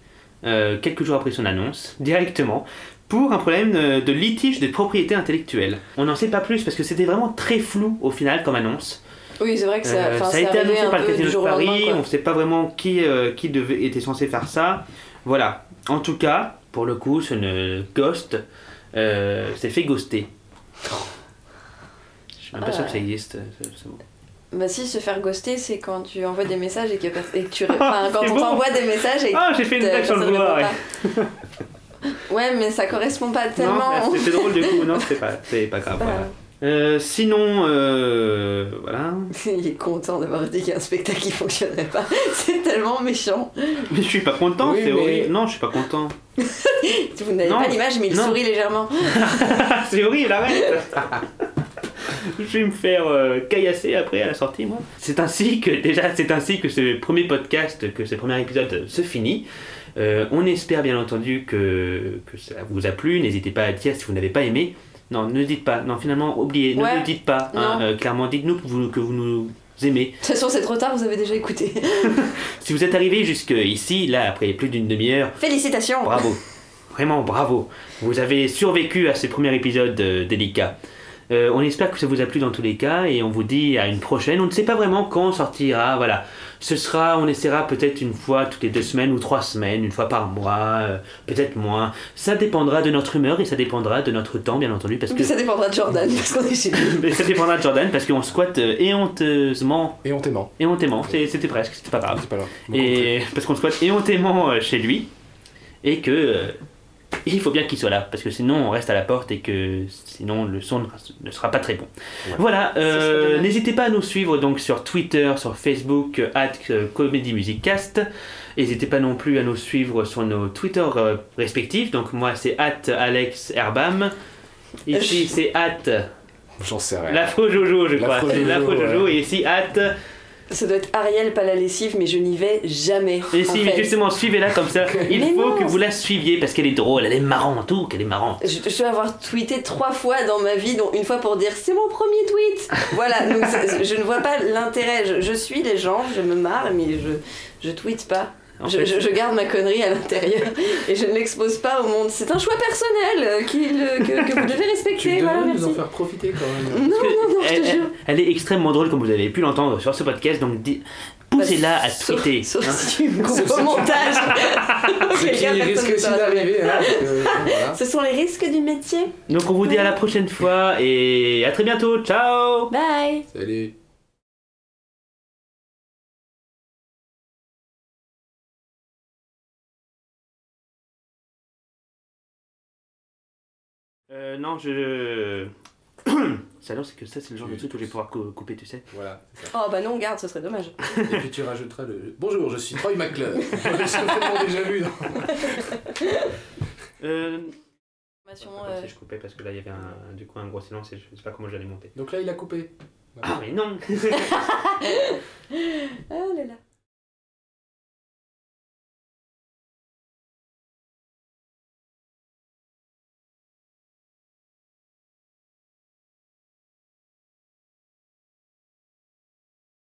[SPEAKER 1] euh, quelques jours après son annonce, directement, pour un problème euh, de litige de propriété intellectuelle. On n'en sait pas plus parce que c'était vraiment très flou au final comme annonce.
[SPEAKER 4] Oui, c'est vrai que ça,
[SPEAKER 1] Euh,
[SPEAKER 4] enfin,
[SPEAKER 1] ça a
[SPEAKER 4] c'est
[SPEAKER 1] été
[SPEAKER 4] arrivé
[SPEAKER 1] annoncé
[SPEAKER 4] un
[SPEAKER 1] par le
[SPEAKER 4] peu
[SPEAKER 1] Casino
[SPEAKER 4] du
[SPEAKER 1] de
[SPEAKER 4] jour au lendemain.
[SPEAKER 1] Paris, on ne sait pas vraiment qui, euh, qui devait, était censé faire ça. Voilà. En tout cas, pour le coup, ce ne ghost euh, s'est fait ghoster. Je suis même pas
[SPEAKER 4] Ah.
[SPEAKER 1] sûr que ça existe. euh, ce- ce mot.
[SPEAKER 4] quoi. Bah si, se faire ghoster, c'est quand tu envoies des messages et, qu'il y a pers- et que tu... ré- Enfin, quand
[SPEAKER 1] C'est
[SPEAKER 4] on
[SPEAKER 1] bon.
[SPEAKER 4] t'envoie des messages et que
[SPEAKER 1] Ah, j'ai fait une blague sur le
[SPEAKER 4] personne
[SPEAKER 1] boulevard.
[SPEAKER 4] répond pas. Ouais, mais ça correspond pas
[SPEAKER 1] Non,
[SPEAKER 4] tellement.
[SPEAKER 1] (laughs) c'est- c'est drôle du coup. Non, c'est pas, c'est pas grave.
[SPEAKER 4] Voilà.
[SPEAKER 1] voilà. Euh, sinon, euh, voilà. (laughs)
[SPEAKER 4] (laughs) Il est content d'avoir dit qu'il y a un spectacle qui fonctionnerait pas. (laughs) C'est tellement méchant.
[SPEAKER 1] Mais je suis pas content,
[SPEAKER 3] Oui,
[SPEAKER 1] c'est
[SPEAKER 3] mais-
[SPEAKER 1] horrible. Non, je suis pas content.
[SPEAKER 4] Vous n'avez
[SPEAKER 1] Non.
[SPEAKER 4] pas l'image, mais il
[SPEAKER 1] Non.
[SPEAKER 4] sourit légèrement.
[SPEAKER 1] c'est horrible, arrête (laughs) Je vais me faire euh, caillasser après à la sortie, moi. C'est ainsi que, déjà, c'est ainsi que ce premier podcast, que ce premier épisode se finit. Euh, on espère bien entendu que, que ça vous a plu. N'hésitez pas à dire si vous n'avez pas aimé. Non, ne dites pas. Non, finalement, oubliez.
[SPEAKER 4] Ouais.
[SPEAKER 1] Ne nous dites pas. hein.
[SPEAKER 4] Non.
[SPEAKER 1] Euh, clairement, dites-nous que vous, que vous nous aimez.
[SPEAKER 4] De toute façon, c'est trop tard, vous avez déjà écouté.
[SPEAKER 1] Si vous êtes arrivé jusqu'ici, là, après plus d'une demi-heure,
[SPEAKER 4] Félicitations
[SPEAKER 1] Bravo. Vraiment bravo. Vous avez survécu à ce premier épisode euh, délicat. Euh, on espère que ça vous a plu dans tous les cas et on vous dit à une prochaine. On ne sait pas vraiment quand on sortira. Voilà. Ce sera, on essaiera peut-être une fois toutes les deux semaines ou trois semaines, une fois par mois, euh, peut-être moins. Ça dépendra de notre humeur et ça dépendra de notre temps, bien entendu, parce que
[SPEAKER 4] Ça dépendra de Jordan, parce qu'on est chez lui.
[SPEAKER 1] Mais (laughs) ça dépendra de Jordan, parce qu'on squatte euh, éhonteusement,
[SPEAKER 3] (laughs) Et on t'aimant. Ah,
[SPEAKER 1] éhontément. C'est- C'était presque, c'était pas grave.
[SPEAKER 3] C'est pas grave. Bon,
[SPEAKER 1] Et parce qu'on squatte éhontément euh, chez lui et que euh, il faut bien qu'il soit là parce que sinon on reste à la porte et que sinon le son ne- ne sera pas très bon.
[SPEAKER 3] Ouais.
[SPEAKER 1] Voilà, euh,
[SPEAKER 4] Ce serait dommage.
[SPEAKER 1] n'hésitez pas à nous suivre donc sur Twitter, sur Facebook, euh, at euh, Comedy Music Cast. N'hésitez pas non plus à nous suivre sur nos Twitter euh, respectifs. Donc moi c'est at Alex Herbam.
[SPEAKER 4] Euh,
[SPEAKER 1] Ici c'est at
[SPEAKER 3] J'en sais rien.
[SPEAKER 1] l'Afro Jojo je crois.
[SPEAKER 3] L'Afro
[SPEAKER 1] C'est
[SPEAKER 3] Jojo,
[SPEAKER 1] l'Afro Jojo
[SPEAKER 3] ouais.
[SPEAKER 1] et ici at
[SPEAKER 4] Ça doit être Ariel, pas la lessive, mais je n'y vais jamais.
[SPEAKER 1] Et
[SPEAKER 4] en
[SPEAKER 1] si, mais
[SPEAKER 4] fait.
[SPEAKER 1] justement, suivez-la comme
[SPEAKER 4] (laughs)
[SPEAKER 1] ça. Il
[SPEAKER 4] Mais
[SPEAKER 1] faut
[SPEAKER 4] non.
[SPEAKER 1] que vous la suiviez parce qu'elle est drôle, elle est marrante, tout, qu'elle est marrante.
[SPEAKER 4] Je, je dois avoir tweeté trois fois dans ma vie, dont une fois pour dire c'est mon premier
[SPEAKER 1] (laughs)
[SPEAKER 4] tweet. Voilà, donc c'est- je ne vois pas l'intérêt. Je, je suis les gens, je me marre, mais je, je tweete pas.
[SPEAKER 1] En
[SPEAKER 4] Je,
[SPEAKER 1] fait,
[SPEAKER 4] je- je garde ma connerie à l'intérieur
[SPEAKER 1] (laughs)
[SPEAKER 4] et je ne l'expose pas au monde. C'est un choix personnel euh, qu'il, euh, que, que vous devez
[SPEAKER 3] Tu
[SPEAKER 4] respecter.
[SPEAKER 3] devrais
[SPEAKER 4] Voilà,
[SPEAKER 3] nous
[SPEAKER 4] merci.
[SPEAKER 3] en faire profiter quand même.
[SPEAKER 4] Non, non,
[SPEAKER 1] parce que
[SPEAKER 4] non, je
[SPEAKER 1] elle,
[SPEAKER 4] te
[SPEAKER 1] elle-
[SPEAKER 4] jure.
[SPEAKER 1] elle est extrêmement drôle, comme vous avez pu l'entendre sur ce podcast, donc di- poussez-la à
[SPEAKER 4] Sauf- (laughs)
[SPEAKER 1] tweeter.
[SPEAKER 4] Sauf,
[SPEAKER 1] hein.
[SPEAKER 4] si tu me coupes
[SPEAKER 3] Sauf
[SPEAKER 4] au
[SPEAKER 3] si-
[SPEAKER 4] montage.
[SPEAKER 3] Ce
[SPEAKER 4] Ok,
[SPEAKER 3] qui
[SPEAKER 4] gars, personne
[SPEAKER 3] risque
[SPEAKER 4] ne
[SPEAKER 3] aussi
[SPEAKER 4] saura jamais.
[SPEAKER 3] d'arriver. hein, parce que, bon, voilà.
[SPEAKER 4] Ce sont les risques du métier.
[SPEAKER 1] Donc, on vous dit à la prochaine fois et à très bientôt. Ciao
[SPEAKER 4] Bye.
[SPEAKER 3] Salut.
[SPEAKER 1] Euh, non, je. (coughs) Ça, alors, c'est que ça, c'est le genre de truc où je vais pouvoir cou- couper, tu sais.
[SPEAKER 3] Voilà, c'est ça.
[SPEAKER 4] Oh bah non, garde, ce serait dommage.
[SPEAKER 3] Et puis tu rajouteras le. Bonjour, je suis Troy McClure. (laughs) je l'ai déjà vu. dans-
[SPEAKER 1] Euh...
[SPEAKER 4] Information,
[SPEAKER 1] comme
[SPEAKER 4] euh,
[SPEAKER 1] Si je coupais parce que là, il y avait un, du coup un gros silence et je sais pas comment j'allais monter.
[SPEAKER 3] Ah, Donc là, il a coupé.
[SPEAKER 1] Ah, mais non
[SPEAKER 4] Ah là là.